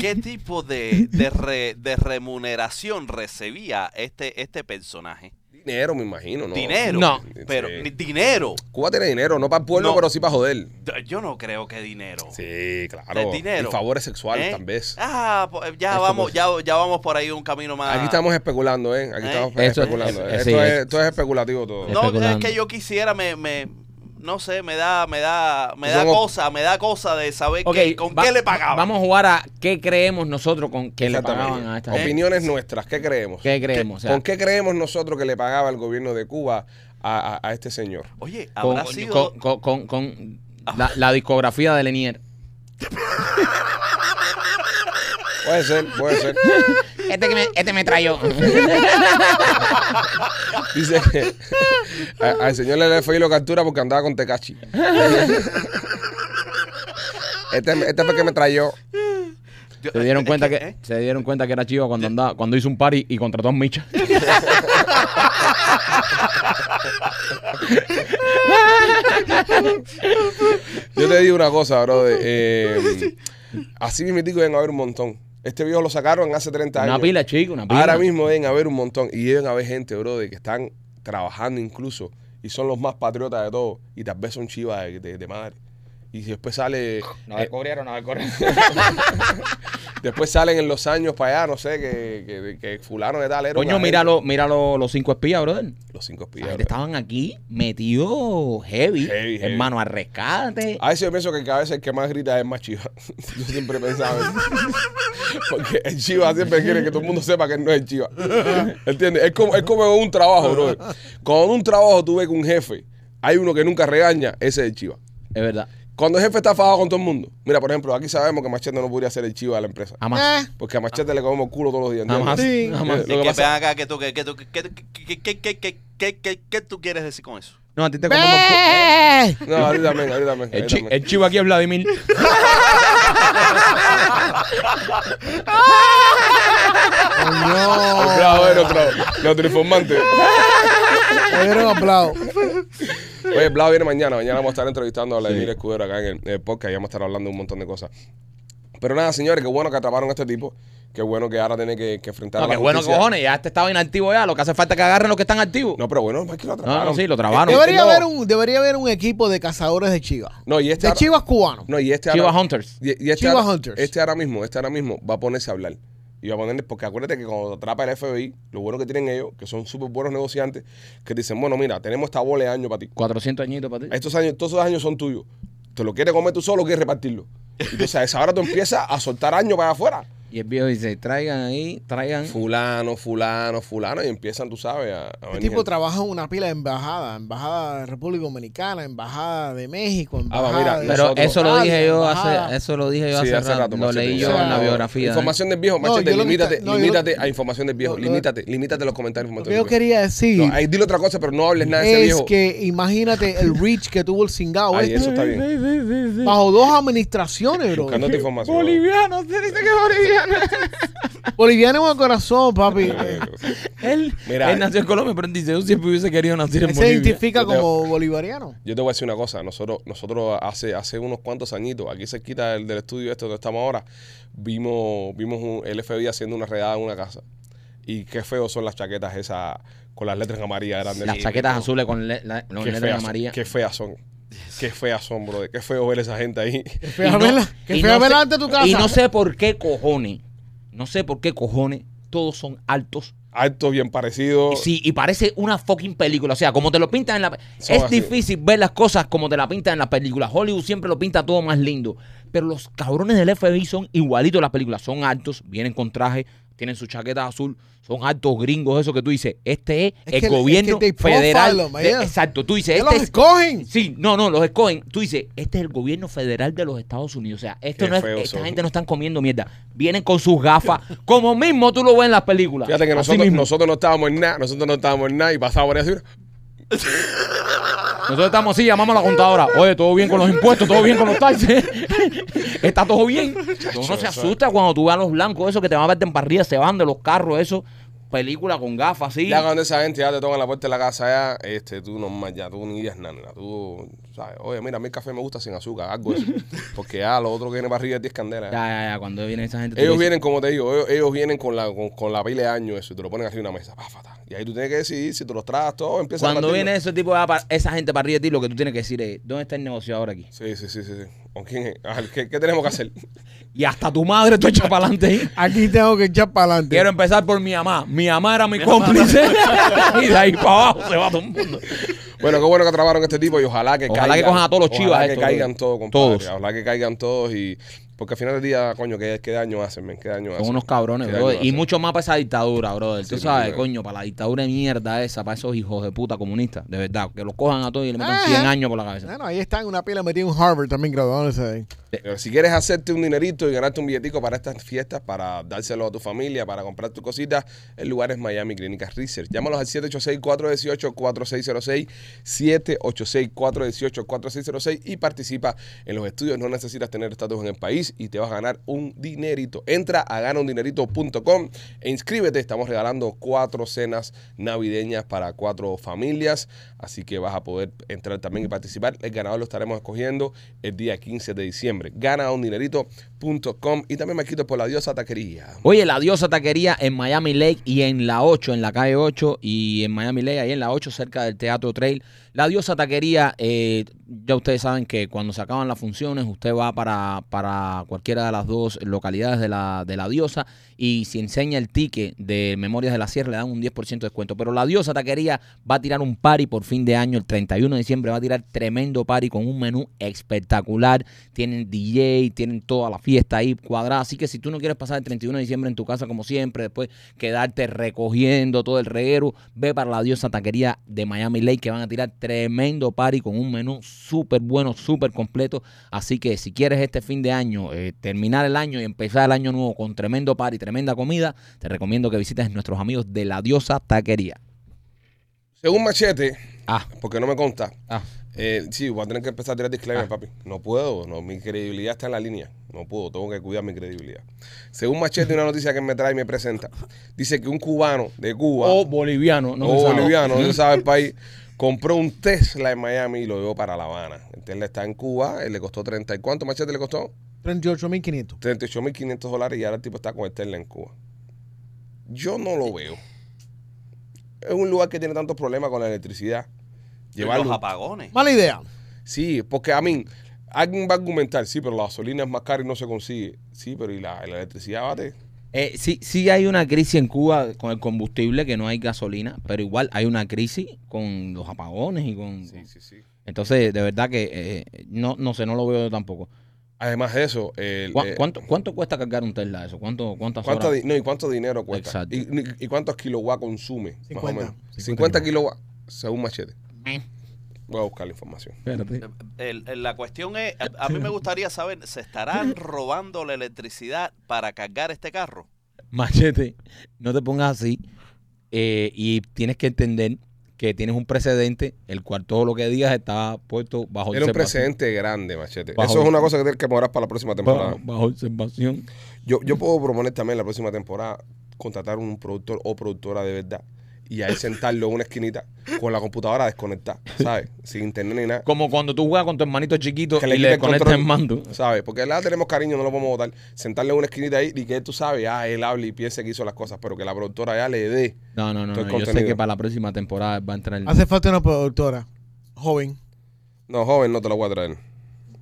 C: ¿Qué tipo de, de, re- de remuneración recibía este, este personaje?
A: Dinero, me imagino, ¿no?
C: Dinero.
B: No.
C: Pero
A: Sí.
C: ni- dinero.
A: Cuba tiene dinero, no para el pueblo,
C: No.
A: pero sí para joder.
C: D- Yo no creo que dinero.
A: Sí, claro.
C: De dinero.
A: Y favores sexuales,
C: ¿Eh?
A: tal vez.
C: Ah, po- ya
A: Esto
C: vamos,
A: pues-
C: ya, ya vamos por ahí un camino más.
A: Aquí estamos especulando, ¿eh? Aquí
C: Ah. ¿Eh?
A: estamos
B: Eso-
A: especulando.
B: eso-
A: esto,
B: sí,
A: es,
B: es-
A: esto es especulativo todo.
C: No, es
B: especulando.
C: que yo quisiera, me, me- no sé, me da, me da, me da
A: Son op-
C: cosa, me da cosa de saber
B: Ok,
C: que- con
B: va-
C: qué le pagaban.
B: Vamos a jugar a qué creemos nosotros con que le
A: Exactamente.
B: pagaban a esta gente.
A: Opiniones nuestras, ¿qué creemos?
B: ¿Qué creemos? O sea,
A: ¿Con qué creemos nosotros que le pagaba el gobierno de Cuba a, a- a este señor?
C: Oye,
B: con-
C: habrá
B: con-
C: sido.
B: con- con- con
A: Ah.
B: la, la discografía de Lenier.
A: Puede ser, puede ser.
B: Este, que me, este me trayó.
A: Dice que a- al señor del FI lo captura porque andaba con Tecachi. Este, este fue el que me trayó.
C: Yo-
B: se dieron
C: es
B: cuenta que,
C: ¿eh?
B: se dieron cuenta que era chiva cuando
A: ¿Eh?
B: andaba, cuando hizo un party y contrató a un Micha.
A: Yo te digo una cosa, bro. así mismo deben haber un montón. Este viejo lo sacaron hace 30 años.
B: Una pila, chico, una pila.
A: Ahora mismo deben haber un montón y deben haber gente, bro, de que están trabajando incluso y son los más patriotas de todos y tal vez son chivas de, de- de madre. Y si después sale,
B: Nos
A: eh,
B: descubrieron, nos descubrieron.
A: después salen en los años para allá, no sé, que, que, que fulano de tal era.
B: Coño,
A: una
B: mira,
A: gente.
B: lo- mira lo- los cinco espías, brother.
A: los cinco
B: La
A: espías.
B: gente
A: bro.
B: estaban aquí metidos heavy,
A: Heavy, Ah. heavy.
B: hermano, a rescate.
A: A veces yo pienso que cada vez el que más grita es más chiva. Yo siempre pensaba eso. Porque el chiva siempre quiere que todo el mundo sepa que él no es el chiva. ¿Entiendes? Es como, es como un trabajo, bro. Cuando en un trabajo tú ves que un jefe, hay uno que nunca regaña, ese es el chiva.
B: Es verdad.
A: Cuando el jefe está afado con todo el mundo. Mira, por ejemplo, aquí sabemos que Machete no podría ser el chiva de la empresa.
B: Jamás.
D: Eh,
A: Porque a Machete le comemos culo todos los días. ¿entiendes?
B: Jamás.
D: Sí.
B: jamás.
A: Eh,
C: Es
A: lo que
C: que
A: pasa-
C: ven acá, que tú, que, que tú, que, que- que- que- que- que- que- que- que tú quieres decir con eso?
B: No, a ti te comemos.
D: ve.
A: No, ahorita también, ahorita también.
B: El,
A: ahorita
B: chi-
A: también.
B: el chivo aquí es Vladimir.
A: El
D: Coño.
A: bravo era otro, nuestro informante.
D: Me dieron aplauso.
A: Oye, Blau viene mañana. Mañana vamos a estar entrevistando a Vladimir Escudero acá en el, el podcast y vamos a estar hablando de un montón de cosas. Pero nada, señores, qué bueno que atraparon a este tipo. Qué bueno que ahora tiene que, que enfrentar
B: No,
A: a la
B: que bueno,
A: justicia.
B: cojones, ya este estaba inactivo ya. Lo que hace falta es que agarren los que están activos. No,
A: No, pero bueno, es que lo
B: no,
A: atraparon.
B: sí, lo trabaron.
D: Debería,
A: no.
D: haber un, debería haber un equipo de cazadores de chivas.
A: No, y este
D: De
A: ahora-
D: chivas cubanos.
A: No, y este
B: Chiva
A: ahora-
B: Hunters.
A: Y, y este,
D: Chiva
A: ahora,
D: Hunters.
A: este ahora mismo, este ahora mismo va a ponerse a hablar. Y va a ponerle, porque acuérdate que cuando atrapa el FBI, lo bueno que tienen ellos, que son súper buenos negociantes, que dicen, bueno, mira, tenemos esta bola de año para ti.
B: 400 añitos para ti.
A: Estos años, todos esos años son tuyos. Te lo quieres comer tú solo, quieres repartirlo. Entonces a esa hora tú empiezas a soltar años para afuera.
B: Y el viejo dice, traigan ahí, traigan.
A: Fulano, fulano, fulano, y empiezan, tú sabes, a, a
D: El
A: venir
D: Este tipo
A: gente.
D: trabaja en una pila de embajadas. Embajada de República Dominicana, embajada de México,
A: Ah, va,
D: embajada
A: mira,
D: de
B: Pero
A: nosotros-
B: eso lo
D: Italia,
B: dije yo
D: embajada.
B: hace, eso lo dije yo
A: Sí,
B: hace, rato. Lo
A: Machete.
B: leí yo
A: O sea,
B: en la biografía.
A: Información del viejo,
D: No,
A: machete,
D: yo lo que
A: limítate,
D: está- no, yo lo-
A: limítate a información del viejo,
D: No, lo-
A: limítate, limítate a los comentarios.
D: Lo
A: información
D: que yo
A: del viejo.
D: quería decir
A: No, ahí dile otra cosa, pero no hables nada de ese
D: es
A: viejo.
D: que imagínate el reach que tuvo el Singao.
A: Ay,
D: este,
A: eso está bien.
D: Bajo dos administraciones, bro.
A: Buscándote información.
B: Boliviano, se dice que es boliviano.
D: Boliviano en el corazón, papi. Eh,
B: Él,
A: Mira, eh.
B: él nació en Colombia, pero él dice, yo siempre hubiese querido nacer en
D: Él se
B: Bolivia.
D: identifica
A: Yo tengo-
D: como bolivariano.
A: Yo te voy a decir una cosa, nosotros, nosotros hace, hace unos cuantos añitos, aquí cerquita del, del estudio este donde estamos ahora, vimos, vimos un, el FBI haciendo una redada en una casa. Y qué feo son las chaquetas esas con las letras amarillas grandes.
B: Las
A: Sí,
B: chaquetas
A: bro.
B: azules con le- la- no,
A: Qué
B: letras
A: feas,
B: amarillas.
A: qué feas son. Qué feas son, brother. Qué feo ver esa gente ahí.
D: Que
B: Y
D: fea
B: no-
D: verla, que
B: y
D: fea
B: no
D: verla
B: sé-
D: ante tu casa.
B: Y no sé por qué cojones, no sé por qué cojones, todos son altos.
A: Alto, bien parecido.
B: Y Sí, y parece una fucking película. O sea, como te lo pintan en la...
A: Son
B: es
A: así.
B: difícil ver las cosas como te la pintan en las películas. Hollywood siempre lo pinta todo más lindo. Pero los cabrones del FBI son igualitos a las películas. Son altos, vienen con traje, tienen su chaqueta azul, son altos gringos, eso que tú dices. Este es,
D: Es
B: el
D: que- es
B: gobierno
D: que they profile
B: federal.
D: them,
B: de-
D: yeah.
B: exacto, tú dices,
D: Que
B: este
D: los
B: es,
D: escogen.
B: Sí, no, no, los escogen. Tú dices, este es el gobierno federal de los Estados Unidos. O sea, esto
A: Qué
B: no es,
A: feos
B: esta
A: son.
B: gente no están comiendo mierda. Vienen con sus gafas, como mismo tú lo ves en las películas.
A: Fíjate que
B: Así
A: nosotros,
B: mismo.
A: nosotros no estábamos en nada, nosotros no estábamos en nada y pasaba por ahí así.
B: Nosotros estamos así, llamamos a la contadora. Oye, todo bien con los impuestos, todo bien con los taxes. Está todo bien. Uno se asusta cuando tú ves a los blancos, eso que te van a ver en parrilla, se van de los carros, eso. Película con gafas, así.
A: Ya cuando esa gente ya te tocan la puerta de la casa, ya, este, tú normal, ya tú ni digas nada, nena, tú, sabes, oye, mira, a mí el café me gusta sin azúcar, algo así. Porque ya lo otro que viene para arriba es 10 candelas. ya.
B: Ya, ya, ya, cuando viene esa gente. tú
A: Ellos
B: dices,
A: vienen, como te digo, ellos, ellos vienen con la, con, con la pila de años, eso, y te lo ponen arriba de una mesa, pa, fa, ta. Y ahí tú tienes que decidir si te los tragas todos, empiezas a
B: Cuando
A: partirlo.
B: viene ese tipo, de apa- esa gente para arriba de ti, lo que tú tienes que decir es: ¿dónde está el negociador aquí?
A: Sí, sí, sí, sí. sí. ¿Con quién es? Ah, ¿Qué, qué tenemos que hacer?
B: Y hasta tu madre tú echas para adelante.
D: Aquí tengo que echar para adelante.
B: Quiero empezar por mi mamá. Mi mamá era mi, cómplice. y de ahí para abajo se va todo el mundo.
A: Bueno, qué bueno que atraparon este tipo y ojalá que
B: Ojalá
A: caigan.
B: que cojan a todos los chivas
A: Ojalá que
B: estos,
A: caigan
B: bro.
A: todos, compadre.
B: Todos.
A: Ojalá que caigan todos y... Porque al final del día, coño, ¿qué, qué daño hacen, men? ¿Qué daño hacen?
B: Son unos cabrones,
A: ¿Qué
B: bro.
A: daño
B: Y
A: hacen?
B: mucho más para esa dictadura, brother.
A: Sí,
B: Tú
A: sí,
B: sabes,
A: claro.
B: coño, para la dictadura de mierda esa, para esos hijos de puta comunistas, de verdad. Que los cojan a todos y le metan
D: Ajá.
B: 100 años por la cabeza.
D: Bueno, ahí está en una pila metida en Harvard también graduándose ahí.
A: Eh, Pero si quieres hacerte un dinerito y ganarte un billetico para estas fiestas, para dárselo a tu familia, para comprar tus cositas, el lugar es Miami Clinic Research. Llámalos al 786-418-4606, 786-418-4606 y participa en los estudios. No necesitas tener estatus en el país y te vas a ganar un dinerito. Entra a ganaundinerito.com e inscríbete. Estamos regalando cuatro cenas navideñas para cuatro familias, así que vas a poder entrar también y participar. El ganador lo estaremos escogiendo el día 15 de diciembre. Ganaundinerito.com y también me quito por la diosa taquería.
B: Oye, la diosa taquería en Miami Lake y en la 8, en la calle 8 y en Miami Lake, ahí en la 8 cerca del Teatro Trail. La diosa taquería, eh, ya ustedes saben que cuando se acaban las funciones, usted va para, para cualquiera de las dos localidades de la, de la diosa y si enseña el ticket de Memorias de la Sierra le dan un 10% de descuento. Pero la diosa taquería va a tirar un party por fin de año, el 31 de diciembre va a tirar tremendo party con un menú espectacular. Tienen DJ, tienen toda la fiesta ahí cuadrada. Así que si tú no quieres pasar el 31 de diciembre en tu casa como siempre, después quedarte recogiendo todo el reguero, ve para la diosa taquería de Miami Lake que van a tirar tremendo party con un menú súper bueno, súper completo. Así que si quieres este fin de año, eh, terminar el año y empezar el año nuevo con tremendo party, tremenda comida, te recomiendo que visites nuestros amigos de la diosa taquería.
A: Según Machete,
B: Ah,
A: porque no me consta,
B: ah.
A: eh, sí, voy a tener que empezar a tirar disclaimer, papi. No puedo, no, mi credibilidad está en la línea. No puedo, tengo que cuidar mi credibilidad. Según Machete, una noticia que me trae y me presenta, dice que un cubano de Cuba...
B: O boliviano, no
A: o
B: se sabe.
A: Oh, boliviano, no se sabe el país. Compró un Tesla en Miami y lo llevó para La Habana. El Tesla está en Cuba, él le costó 30. ¿Y cuánto machete le costó?
D: 38.500.
A: 38.500 dólares y ahora el tipo está con el Tesla en Cuba. Yo no lo veo. Es un lugar que tiene tantos problemas con la electricidad.
C: Los
A: Llevarlo.
C: apagones.
D: Mala idea.
A: Sí, porque a mí, alguien va a argumentar, sí, pero la gasolina es más cara y no se consigue. Sí, pero y la, la electricidad, bate.
B: Eh, sí, sí hay una crisis en Cuba con el combustible, que no hay gasolina, pero igual hay una crisis con los apagones y con...
A: Sí, sí, sí.
B: Entonces, de verdad que eh, no, no sé, no lo veo yo tampoco.
A: Además de eso, el,
B: ¿Cu-
A: eh,
B: ¿Cuánto, ¿Cuánto cuesta cargar un Tesla eso? ¿Cuánto, ¿Cuántas
A: ¿Cuánto,
B: horas?
A: di- no, ¿Y cuánto dinero cuesta?
B: Exacto.
A: ¿Y, y- y cuántos kilowatts consume? Más o
D: 50.
A: menos. 50,
D: 50
A: kilowatts, según Machete.
B: Eh.
A: Voy a buscar la información.
B: Espérate.
C: El- el- la cuestión es, a, a mí me gustaría saber, ¿se estarán robando la electricidad para cargar este carro?
B: Machete, no te pongas así. eh, y tienes que entender que tienes un precedente, el cual todo lo que digas está puesto bajo
A: Era un
B: observación.
A: precedente grande, Machete.
B: Bajo-
A: Eso es una cosa que tienes que mejorar para la próxima temporada.
B: Bajo, bajo observación.
A: Yo, yo puedo proponer también la próxima temporada contratar un productor o productora de verdad y ahí sentarlo en una esquinita con la computadora desconectada, ¿sabes? Sin internet ni nada.
B: Como cuando tú juegas con tu hermanito chiquito y
A: quite
B: le
A: el
B: conectas
A: control,
B: el mando.
A: ¿Sabes? Porque la tenemos cariño, no lo podemos votar. Sentarle en una esquinita ahí y que tú sabes, ah, él habla y piensa que hizo las cosas, pero que la productora ya le dé.
B: No, no, no.
A: Todo el
B: no, Yo sé
A: contenido.
B: que para la próxima temporada va a entrar.
D: Hace falta una productora joven.
A: No, joven, no te la voy a traer.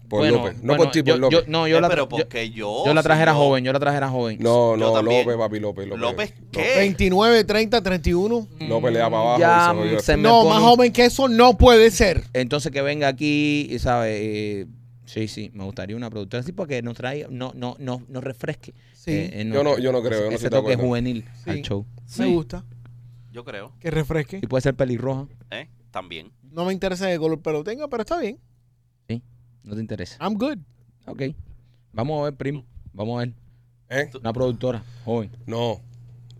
A: Por
B: Bueno,
A: López. No
B: bueno,
A: por ti,
B: yo,
A: por López.
B: yo- no, yo
C: Eh,
B: la,
C: pero Oh,
B: yo,
C: porque yo.
B: yo la trajera
C: si yo-
B: joven, yo la trajera joven.
A: no,
C: yo
A: no,
C: también.
A: López, papi, López. López,
C: López, ¿qué?
D: 29, 30, 31.
A: López Pues le da para abajo.
B: Ya
A: y se jodió.
B: se me
D: No,
B: pone
D: más
B: un-
D: joven que eso no puede ser.
B: Entonces que venga aquí, y ¿sabes? Eh, sí, sí, me gustaría una productora así porque nos trae, no, no, no, nos refresque.
D: Sí.
B: Eh, eh,
A: Yo no- yo no creo,
B: ese-
A: yo no
B: Ese
A: estoy de
B: toque
A: acuerdo.
B: juvenil
D: Sí.
B: al show.
D: Me
C: Sí.
D: gusta.
C: Yo creo,
D: Que refresque.
B: Y puede ser pelirroja.
C: ¿eh? También.
D: No me interesa qué color pelo tenga, pero está bien.
B: No te interesa.
D: I'm good.
B: Ok. Vamos a ver, primo. Vamos a ver.
A: ¿Eh?
B: Una productora joven.
A: No.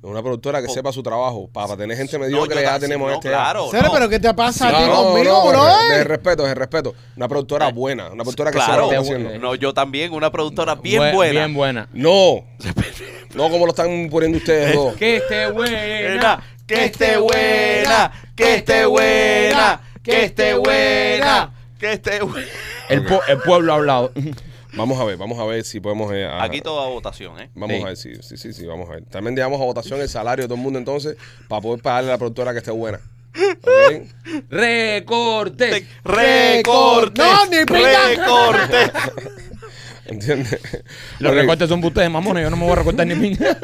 A: Una productora que
C: Oh.
A: sepa su trabajo. Para, para tener gente mediocre
C: yo
A: que ya
C: ta-
A: tenemos
C: no,
A: este. edad.
C: claro.
D: Sere,
C: no.
D: pero ¿qué te pasa a ti
A: No, no,
D: conmigo,
A: no,
D: bro? eh.
A: De respeto, de respeto. Una productora buena. Una productora que
C: Eh, Claro. eh,
A: sabe lo que está haciendo.
C: No, yo también, una productora bien
B: Bue-
C: buena.
B: Bien buena.
A: No. No como lo están poniendo ustedes dos.
B: Que esté buena.
C: que esté buena, que esté buena, que esté buena, que esté buena.
B: El, pue- el pueblo ha hablado.
A: Vamos a ver, vamos a ver si podemos. eh, a-
C: Aquí todo a votación, ¿eh?
A: Vamos
B: Sí.
A: a ver, sí, sí, sí, sí, vamos a ver. También llevamos a votación el salario de todo el mundo entonces para poder pagarle a la productora que esté buena. ¿Ok?
B: Recortes.
C: Recorte.
D: No, ni pinga.
C: Recorte.
A: ¿Entiendes?
B: Los
A: Ok,
B: recortes son ustedes, mamones. Yo no me voy a recortar ni piña.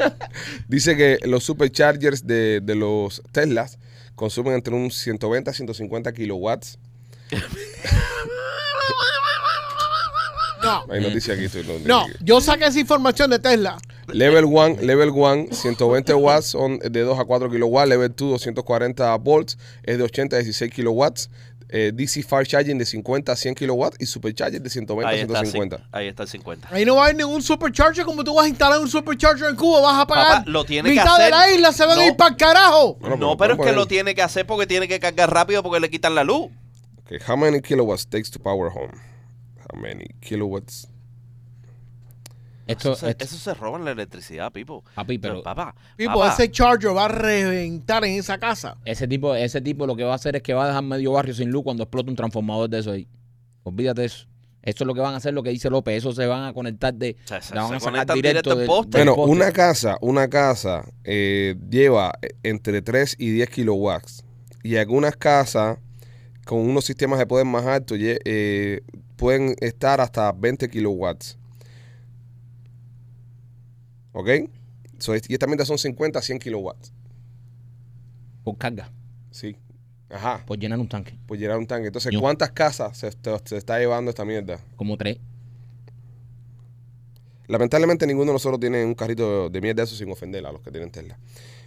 A: Dice que los superchargers de, de los Teslas consumen entre un 120 a 150 kilowatts.
D: No.
A: Hay noticia aquí. estoy- noticia
D: No,
A: aquí.
D: yo saqué esa información de Tesla.
A: Level 1, level 1, 120 watts son de 2 a 4 kilowatts. Level 2, 240 volts es de 80 a 16 kilowatts. Eh, DC Fire Charging de 50 a 100 kilowatts y Supercharger de 120 a
C: Ahí está, el
A: 150.
C: cin- ahí está el 50.
D: Ahí no va a haber ningún supercharger como tú vas a instalar un supercharger en Cuba, vas a pagar.
C: Papá, lo tiene que
D: Mitad de
C: hacer.
D: la isla se van a
C: No.
D: ir para carajo.
A: Bueno, pero
C: no, pero es que
A: poner-
C: lo tiene que hacer porque tiene que cargar rápido porque le quitan la luz.
A: Okay, how many kilowatts takes to power home? How many kilowatts?
B: Esto,
C: eso, se,
B: esto-
C: eso se roban la electricidad, Pipo.
B: Papi, pero-
C: papá,
D: Pipo,
C: papá,
D: ese charger va a reventar en esa casa.
B: Ese tipo, ese tipo lo que va a hacer es que va a dejar medio barrio sin luz cuando explote un transformador de eso ahí. Olvídate de eso. Eso es lo que van a hacer, lo que dice López. Eso se van a conectar de.
C: O sea, se-
B: la van
C: se
B: a sacar
C: conectan
B: directo,
C: directo al
B: del-
C: poste.
B: del
A: Bueno,
B: poste.
A: una casa, una casa eh, lleva eh, entre 3 y 10 kilowatts. Y algunas casas con unos sistemas de poder más altos lle- eh, pueden estar hasta 20 kilowatts. ¿Ok? So, es- y estas mitas son 50 a 100 kilowatts.
B: Por carga,
A: Sí. Ajá.
B: por llenar un tanque.
A: Pues llenar un tanque. Entonces,
B: Yo-
A: ¿cuántas casas se, est- se está llevando esta mierda?
B: Como tres.
A: Lamentablemente ninguno de nosotros tiene un carrito de mierda de eso sin ofender a los que tienen Tesla.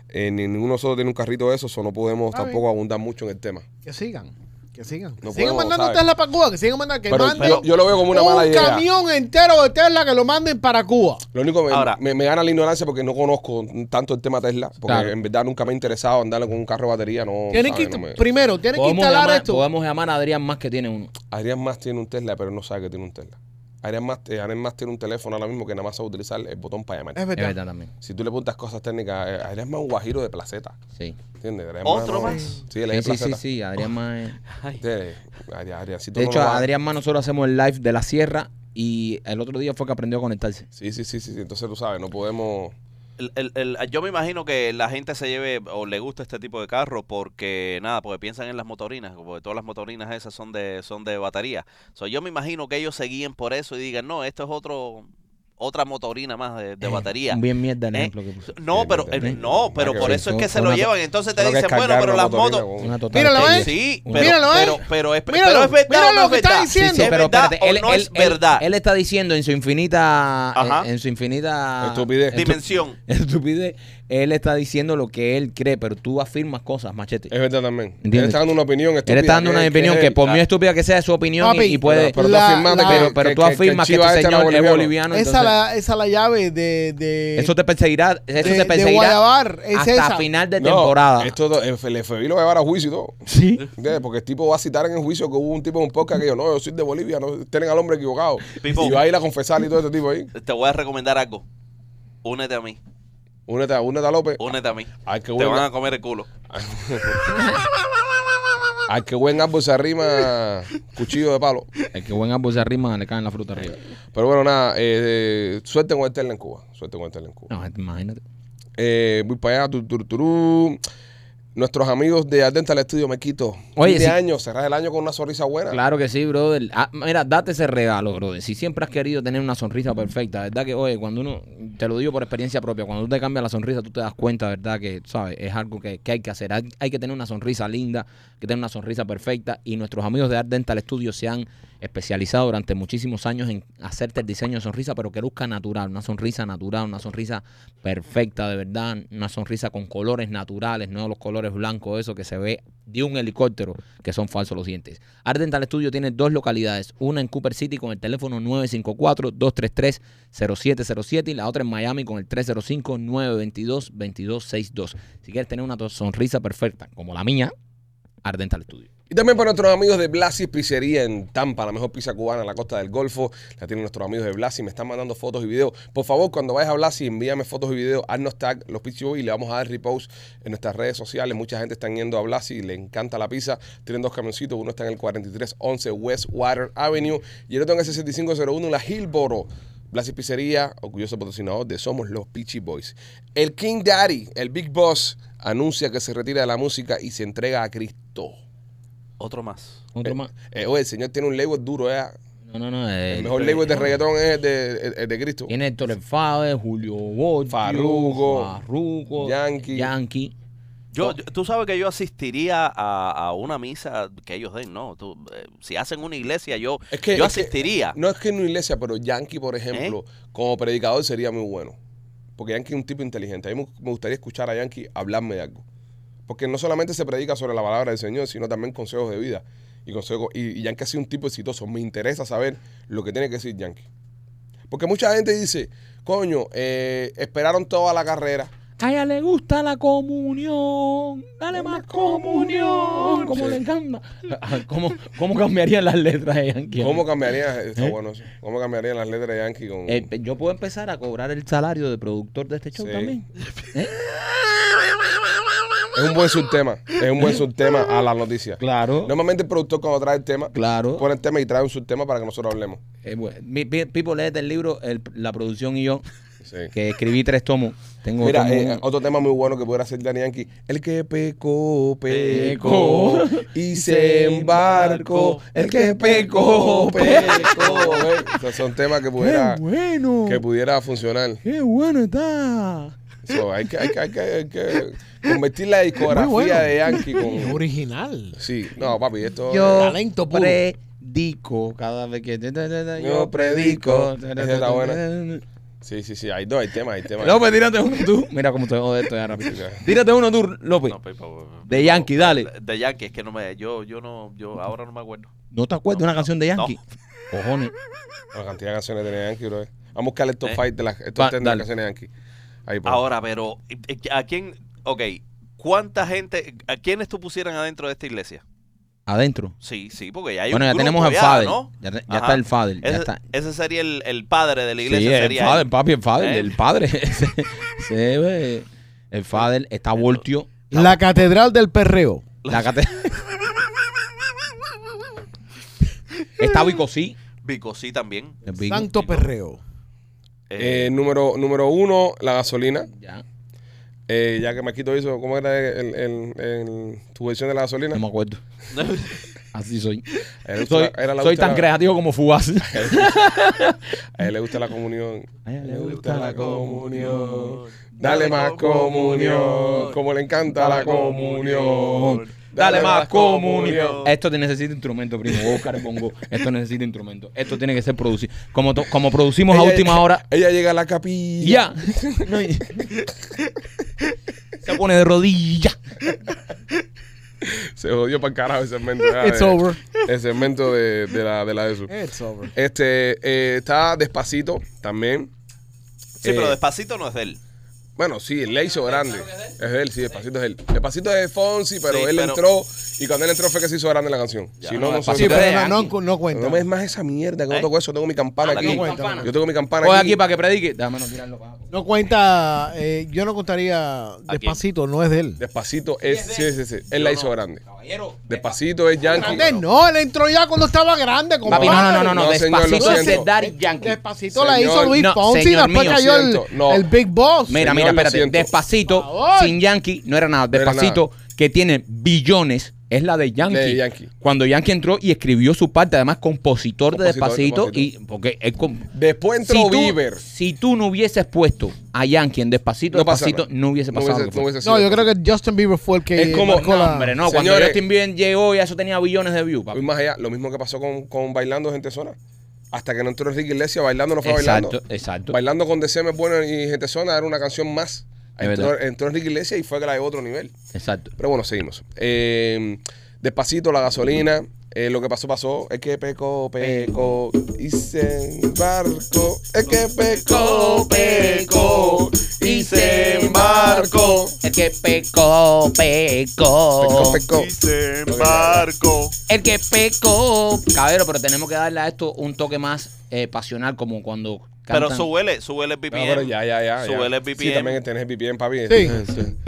A: Eh, ni- ninguno de nosotros tiene un carrito de eso, so no podemos
D: Está
A: tampoco abundar mucho en el tema.
D: Que sigan. Que sigan.
A: No
D: Que sigan
A: podemos,
D: mandando
A: ¿sabes?
D: Tesla para Cuba. Que sigan mandando. Que
A: Pero
D: manden
A: yo, yo lo veo como una
D: un
A: mala idea.
D: camión entero de Tesla que lo manden para Cuba.
A: Lo único que me-
C: Ahora-
A: me, me gana la ignorancia porque no conozco tanto el tema Tesla, porque
B: Claro.
A: en verdad nunca me ha interesado andarle con un carro de batería. No,
D: Tienen
A: ¿sabes?
D: que,
A: No me-
D: Primero, tienen que
B: Podemos
D: instalar
B: llamar,
D: esto.
B: podemos llamar a Adrián más que tiene uno.
A: Adrián Más tiene un Tesla, pero no sabe que tiene un Tesla. Adrián Más, eh, Adrián Más tiene un teléfono ahora mismo que nada más sabe utilizar el botón para llamar.
D: Es
B: Es
D: verdad.
B: verdad también.
A: Si tú le preguntas cosas técnicas, eh, Adrián Más es un guajiro de placeta.
B: Sí.
A: ¿Entiendes? Adrián
C: ¿Otro
A: no-
C: más?
A: Sí, él es de
B: Sí, sí, sí,
A: placeta.
B: sí, Adrián más. es-
A: Ustedes, Adrián, Adrián, si tú
B: De
A: no
B: hecho,
A: lo vas-
B: Adrián más nosotros hacemos el live de la sierra y el otro día fue que aprendió a conectarse.
A: Sí, sí, sí, sí. sí. Entonces tú sabes, no podemos.
C: El- el- el- yo me imagino que la gente se lleve o le gusta este tipo de carro porque nada, porque piensan en las motorinas, porque todas las motorinas esas son de son de batería. So, yo me imagino que ellos se guíen por eso y digan, no, esto es otro otra motorina más de, de
B: Eh,
C: batería.
B: Bien mierda el
C: Eh,
B: ejemplo que puso.
C: No,
A: Sí,
C: pero
A: bien, bien.
C: eh, no, pero
A: Nada que
C: por
A: ver.
C: eso es que
B: Son-
C: se
B: son
C: lo
B: una-
C: llevan. Entonces te
A: Creo que es
C: dicen, bueno,
A: cargar
C: pero
A: una
C: las
A: motorina
C: motos.
A: con-
B: Una total
D: Míralo,
B: belleza.
D: ¿eh?
C: Sí,
B: Una-
C: pero,
D: Míralo, ¿eh?
C: pero, pero es,
D: Míralo,
C: pero es verdad
D: míralo
C: o no
D: lo
C: es
D: que está
C: verdad.
D: diciendo.
C: ¿Es verdad
B: espérate,
C: o no es verdad?
B: Él está diciendo en su infinita.
C: Ajá.
B: En, en su infinita.
A: Estupidez.
B: estu-
C: Dimensión.
B: Estupidez. él está diciendo lo que él cree, pero tú afirmas cosas, machete.
A: Es verdad también. Él
B: ¿Entiendes?
A: está dando una opinión estúpida.
B: Él está dando
A: que-
B: una
A: que
B: opinión
A: es
B: que,
A: él.
B: por
A: Ah,
B: muy estúpida que sea, es su opinión y-
D: Papi,
B: y, puede...
A: Pero, pero tú
D: La-
A: afirmas
D: la-
B: pero, pero tú afirmas que
A: Chivas
B: este
A: este era
B: señor es
A: boliviano.
B: boliviano.
D: Esa
B: entonces,
D: la, esa la llave de, de
B: eso te perseguirá, eso
D: de-
B: te
D: de
B: perseguirá
D: Guayabal, es
B: hasta
D: esa.
B: final de
A: No,
B: temporada.
A: esto do- el el FBI lo va a llevar a juicio y todo.
B: Sí.
A: ¿Entiendes? Porque el tipo va a citar en el juicio que hubo un tipo en un podcast que yo, no, yo soy de Bolivia, no tienen al hombre equivocado.
C: Pipo.
A: Y va a ir a confesar y todo este tipo ahí.
C: Te voy a recomendar algo. Únete a mí.
A: Únete a, únete a López.
C: Únete a mí.
A: Ay, qué
C: Te
A: buen,
C: van a comer el culo.
A: ay, qué buen árbol se arrima cuchillo de palo.
B: El que buen árbol se arrima, le caen la fruta arriba.
A: Pero bueno, nada, eh, eh, suerte con el Tesla en Cuba. Suerte con el Tesla en Cuba.
B: No, imagínate.
A: Eh, voy para allá, tur, tur, turú. Nuestros amigos de Dental Studio me quito.
B: Oye,
A: Fin de
B: sí.
A: año, cerrar el año con una sonrisa buena.
B: Claro que sí, brother. Ah, mira, date ese regalo, brother. Si siempre has querido tener una sonrisa perfecta, ¿verdad? Que, oye, cuando uno, te lo digo por experiencia propia, cuando tú te cambias la sonrisa, tú te das cuenta, ¿verdad? Que, ¿sabes? Es algo que, que hay que hacer. Hay, hay que tener una sonrisa linda, que tener una sonrisa perfecta. Y nuestros amigos de Art Dental Studio se han especializado durante muchísimos años en hacerte el diseño de sonrisa, pero que luzca natural, una sonrisa natural, una sonrisa perfecta, de verdad, una sonrisa con colores naturales, no los colores blancos, eso que se ve de un helicóptero, que son falsos los dientes. Ardental Studio tiene dos localidades, una en Cooper City con el teléfono 954-233-0707 y la otra en Miami con el 305-922-2262. Si quieres tener una to- sonrisa perfecta, como la mía, Ardental Studio.
A: Y también para nuestros amigos de Blasi Pizzería en Tampa, la mejor pizza cubana en la costa del Golfo. La tienen nuestros amigos de Blasi. Me están mandando fotos y videos. Por favor, cuando vayas a Blasi, envíame fotos y videos. Haznos tag los Pizzi Boys, y le vamos a dar repost en nuestras redes sociales. Mucha gente está yendo a Blasi. Le encanta la pizza. Tienen dos camioncitos. Uno está en el 4311 West Water Avenue y el otro en el 6501 La Hillboro. Blasi Pizzería, orgulloso patrocinador de Somos los Peachy Boys. El King Daddy, el Big Boss, anuncia que se retira de la música y se entrega a Cristo.
C: Otro más.
B: Otro más.
A: Eh, oye, el señor tiene un label duro, eh.
B: No, no, no.
A: El mejor label de reggaetón es el de, el- el de Cristo.
B: Tiene Héctor El Fave, Julio Bolt,
A: Farrugo,
B: Farrugo,
A: Yankee.
B: Yankee.
A: Oh.
C: Yo, yo- tú sabes que yo asistiría a, a una misa que ellos den, ¿no? Tú, eh, si hacen una iglesia, yo,
A: Es que-
C: yo
A: es que-
C: asistiría.
A: No es que en una iglesia, pero Yankee, por ejemplo, como predicador sería muy bueno. Porque Yankee es un tipo inteligente. A mí me- me gustaría escuchar a Yankee hablarme de algo. Porque no solamente se predica sobre la palabra del Señor, sino también consejos de vida. Y, consejos, y, y Yankee ha sido un tipo exitoso. Me interesa saber lo que tiene que decir Yankee. Porque mucha gente dice, coño, eh, esperaron toda la carrera.
B: A ella le gusta la comunión. Dale más comunión. ¿Cómo
A: Sí.
B: le encanta? ¿Cómo, ¿Cómo cambiarían las letras de Yankee?
A: ¿Cómo cambiarían? Está bueno eso. ¿Cómo cambiarían las letras de Yankee con...
B: Eh, pe- yo puedo empezar a cobrar el salario de productor de este show
A: Mm. Sí.
B: también.
A: Es un buen subtema. Es un buen subtema a las noticias.
B: Claro.
A: Normalmente el productor cuando trae el tema,
B: Claro.
A: pone el tema y trae un subtema para que nosotros hablemos.
B: Eh, bueno, mi- pi- Pipo, léete el libro, el- la producción y yo,
A: Sí.
B: que escribí tres tomos. Tengo
A: Mira,
B: tomo
A: eh,
B: uno.
A: otro tema muy bueno que pudiera hacer Dani Yankee. El que pecó, pecó
B: Pecó.
A: y se embarcó. El que pecó, pecó. Eh, esos son temas que pudiera,
B: bueno!
A: que pudiera funcionar.
B: ¡Qué bueno está!
A: So, hay, que, hay, que, hay, que, hay que convertir la discografía
D: Muy bueno.
A: de Yankee
D: Es
A: con...
D: original.
A: Sí, no, papi, esto...
D: Talento puro.
B: predico cada vez que...
A: Yo predico. Esa está buena. Sí, sí, sí, hay dos, hay temas, hay temas.
B: López, tírate uno tú. Mira cómo te jode esto ya rápido. Tírate uno tú, López.
C: No, Pipo,
B: De
C: Pipo,
B: Yankee, dale.
C: De Yankee, es que no me. Yo, yo no. Yo ahora no me acuerdo.
B: ¿No te acuerdas de una canción de Yankee? Cojones.
A: La cantidad de canciones de Yankee, bro. Vamos a buscar el top
C: Eh.
A: 5 de las el top
B: Va,
A: 10 de las
B: dale.
A: canciones de Yankee. Ahí, pues. por
C: Ahora, pero. eh, eh, ¿A quién.? Ok. ¿Cuánta gente. ¿A quiénes tú pusieran adentro de esta iglesia?
B: Adentro.
C: Sí, sí, porque ya hay
B: bueno,
C: un
B: ya
C: grupo
B: tenemos al
C: ya,
B: Fader.
C: ¿no?
B: Ya, te- ya
C: Ajá.
B: está el Fader. Ya
C: Ese,
B: está.
C: ese sería el, el padre de la
B: Sí,
C: iglesia.
B: el
C: sería
B: Fader,
C: él.
B: papi, el Fader.
C: ¿Eh?
B: El padre. Se- se ve. El Fader está Voltio.
D: La catedral del perreo.
B: La cate- está Bicosí.
C: Vico, sí, también.
B: El Vico.
D: Santo perreo.
A: Eh, número, número uno, la gasolina.
B: Ya.
A: Eh, ya que Maquito hizo, ¿cómo era el, el- el- tu versión de la gasolina?
B: No me acuerdo. Así soy.
A: Era-
B: Soy,
A: era la
B: soy
A: gusta-
B: tan creativo como Fugaz.
A: A él le gusta la comunión.
B: A ella le
A: Le
B: gusta la
A: comunión. Dale más comunión. Como le encanta la comunión.
B: Dale más comunión.
C: comunión.
B: Esto te necesita instrumento, primo. Voy a buscar el bongo. Esto necesita instrumento. Esto tiene que ser producido. Como, to- como producimos a
A: Ella-
B: última hora.
A: Ella llega a la capilla.
B: Ya. No, y- Se pone de rodilla.
A: Se jodió para el carajo el segmento. ya,
D: It's
A: de-
D: over.
A: El segmento de, de la de la de su.
D: It's over.
A: Este, eh, está despacito también.
C: Sí, pero
A: Eh,
C: despacito no es de él.
A: Bueno, sí, él le hizo grande. Es de él, sí, Despacito es él. Despacito es de Fonsi, pero
C: Sí,
A: él
C: pero-
A: entró y cuando él entró fue que se hizo grande la canción.
C: Ya.
A: si no, no,
C: No,
A: sé-
D: Sí,
B: Despacito
A: no,
B: es-
D: pero no, no, no cuenta.
A: no me es más esa mierda que no
C: ¿Eh?
A: toco eso. Tengo mi campana
C: Ah,
A: aquí.
C: aquí.
D: Campana.
A: Yo tengo mi campana
B: Voy
A: aquí.
B: aquí para que predique. Dame, no tirarlo para abajo.
D: No cuenta, eh, yo no contaría
C: quién?
D: despacito, no es de él.
A: Despacito es, sí, sí, sí. Él
C: Yo
A: la
C: no.
A: hizo grande.
B: Caballero.
A: Despacito es Yankee.
D: Grande, no, él entró ya cuando estaba grande.
B: Papi,
D: compadre.
B: no, no, no, no, no.
A: No, señor, lo
B: Despacito ese
A: siento.
B: es Daddy Yankee.
D: Despacito la
A: Señor,
D: hizo Luis
B: no,
D: Fonsi y
B: señor
D: después
B: mío,
D: cayó el,
A: siento, no.
D: el Big Boss.
B: Mira,
A: Señor,
B: mira,
A: lo
B: espérate.
A: siento.
B: Despacito,
D: Por favor.
B: sin Yankee, no era nada.
A: No era
B: Despacito, que tiene billones, es la de Yankee.
A: De Yankee.
B: Cuando Yankee entró y escribió su parte, además compositor, de
A: Compositor,
B: Despacito,
A: compositor.
B: y porque él com-
A: Después entró
B: si tú,
A: Bieber.
B: si tú no hubieses puesto a Yankee en Despacito,
A: No pasa
B: Despacito
A: nada.
B: no hubiese pasado. lo que fue.
A: No, hubiese
D: No,
A: sido.
D: yo creo que Justin Bieber fue el que.
A: Es como-
D: marcó Eh, la-
B: Hombre, no, cuando
A: Señores.
B: Justin Bieber llegó, ya eso tenía billones de views,
A: Voy
B: papi.
A: más allá. Lo mismo que pasó con, con Bailando Gente Zona. Hasta que no entró Enrique Iglesias, Bailando no fue
B: Exacto,
A: Bailando.
B: exacto.
A: Bailando con DCM es bueno y Gente Zona era una canción más.
B: Es
A: Entró,
B: verdad.
A: entró Enrique Iglesias y fue que la llevó a otro nivel.
B: Exacto.
A: Pero bueno, seguimos. Eh, despacito, la gasolina. eh, lo que pasó, pasó. Es que pecó, pecó. Y se embarcó. Es que pecó, pecó. Y se embarcó.
B: El que pecó,
A: Pecó,
C: Oh.
B: pecó.
A: pecó.
C: se embarcó.
B: El que pecó. Cabero, pero tenemos que darle a esto un toque más eh, pasional, como cuando
C: Pero
B: cantan.
C: súbele, súbele el
A: No,
C: BPM.
A: pero ya, ya, ya. ya.
C: Súbele el BPM.
A: Sí, también tenés BPM, papi.
D: Sí.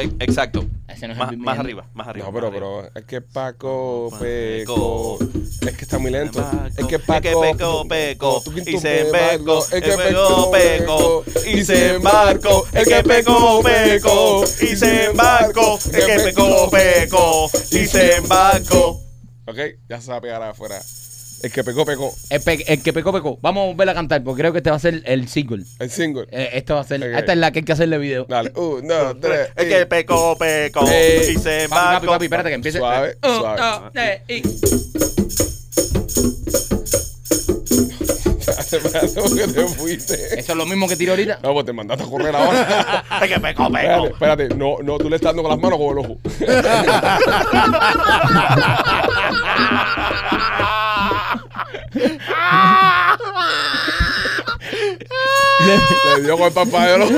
C: E- Exacto.
B: Ese no es el
C: Más,
B: BPM.
C: más arriba, más arriba.
A: No, pero,
C: más arriba.
A: pero es que Paco
C: Peco.
A: Peco. Es que está muy lento. Es que
C: Es que
A: Paco
C: Peco, Peco,
A: Tú
C: y se
A: tú
C: embarcó.
A: Es que
C: Es
A: Peco
C: Peco, Peco, y se embarcó. Es que Peco, Peco, y se embarcó. Es que Peco, Peco, y se embarcó.
A: Ok, ya se va a pegar afuera. Es que Peco Peco.
B: El, pe- el que pecó, pecó. Vamos a volver a cantar, porque creo que este va a ser el single.
A: El single.
B: Eh, esto va a ser,
A: Ok.
B: Esta es la que hay que hacerle video.
A: Dale, uno, dos, tres.
C: Es que Peco, Peco,
A: Ey.
C: y se
B: Papi, papi,
C: embarcó.
B: papi, espérate que empiece.
A: Suave,
B: Un,
A: suave.
B: dos, tres, y-
A: Espérate, porque te fuiste.
B: Eso es lo mismo que tiro ahorita.
A: No, pues te mandaste a correr ahora.
C: Es que Peco,
A: Espérate,
C: Peco.
A: espérate. No, no, tú le estás dando con las manos con el ojo. Le dio con el papadero.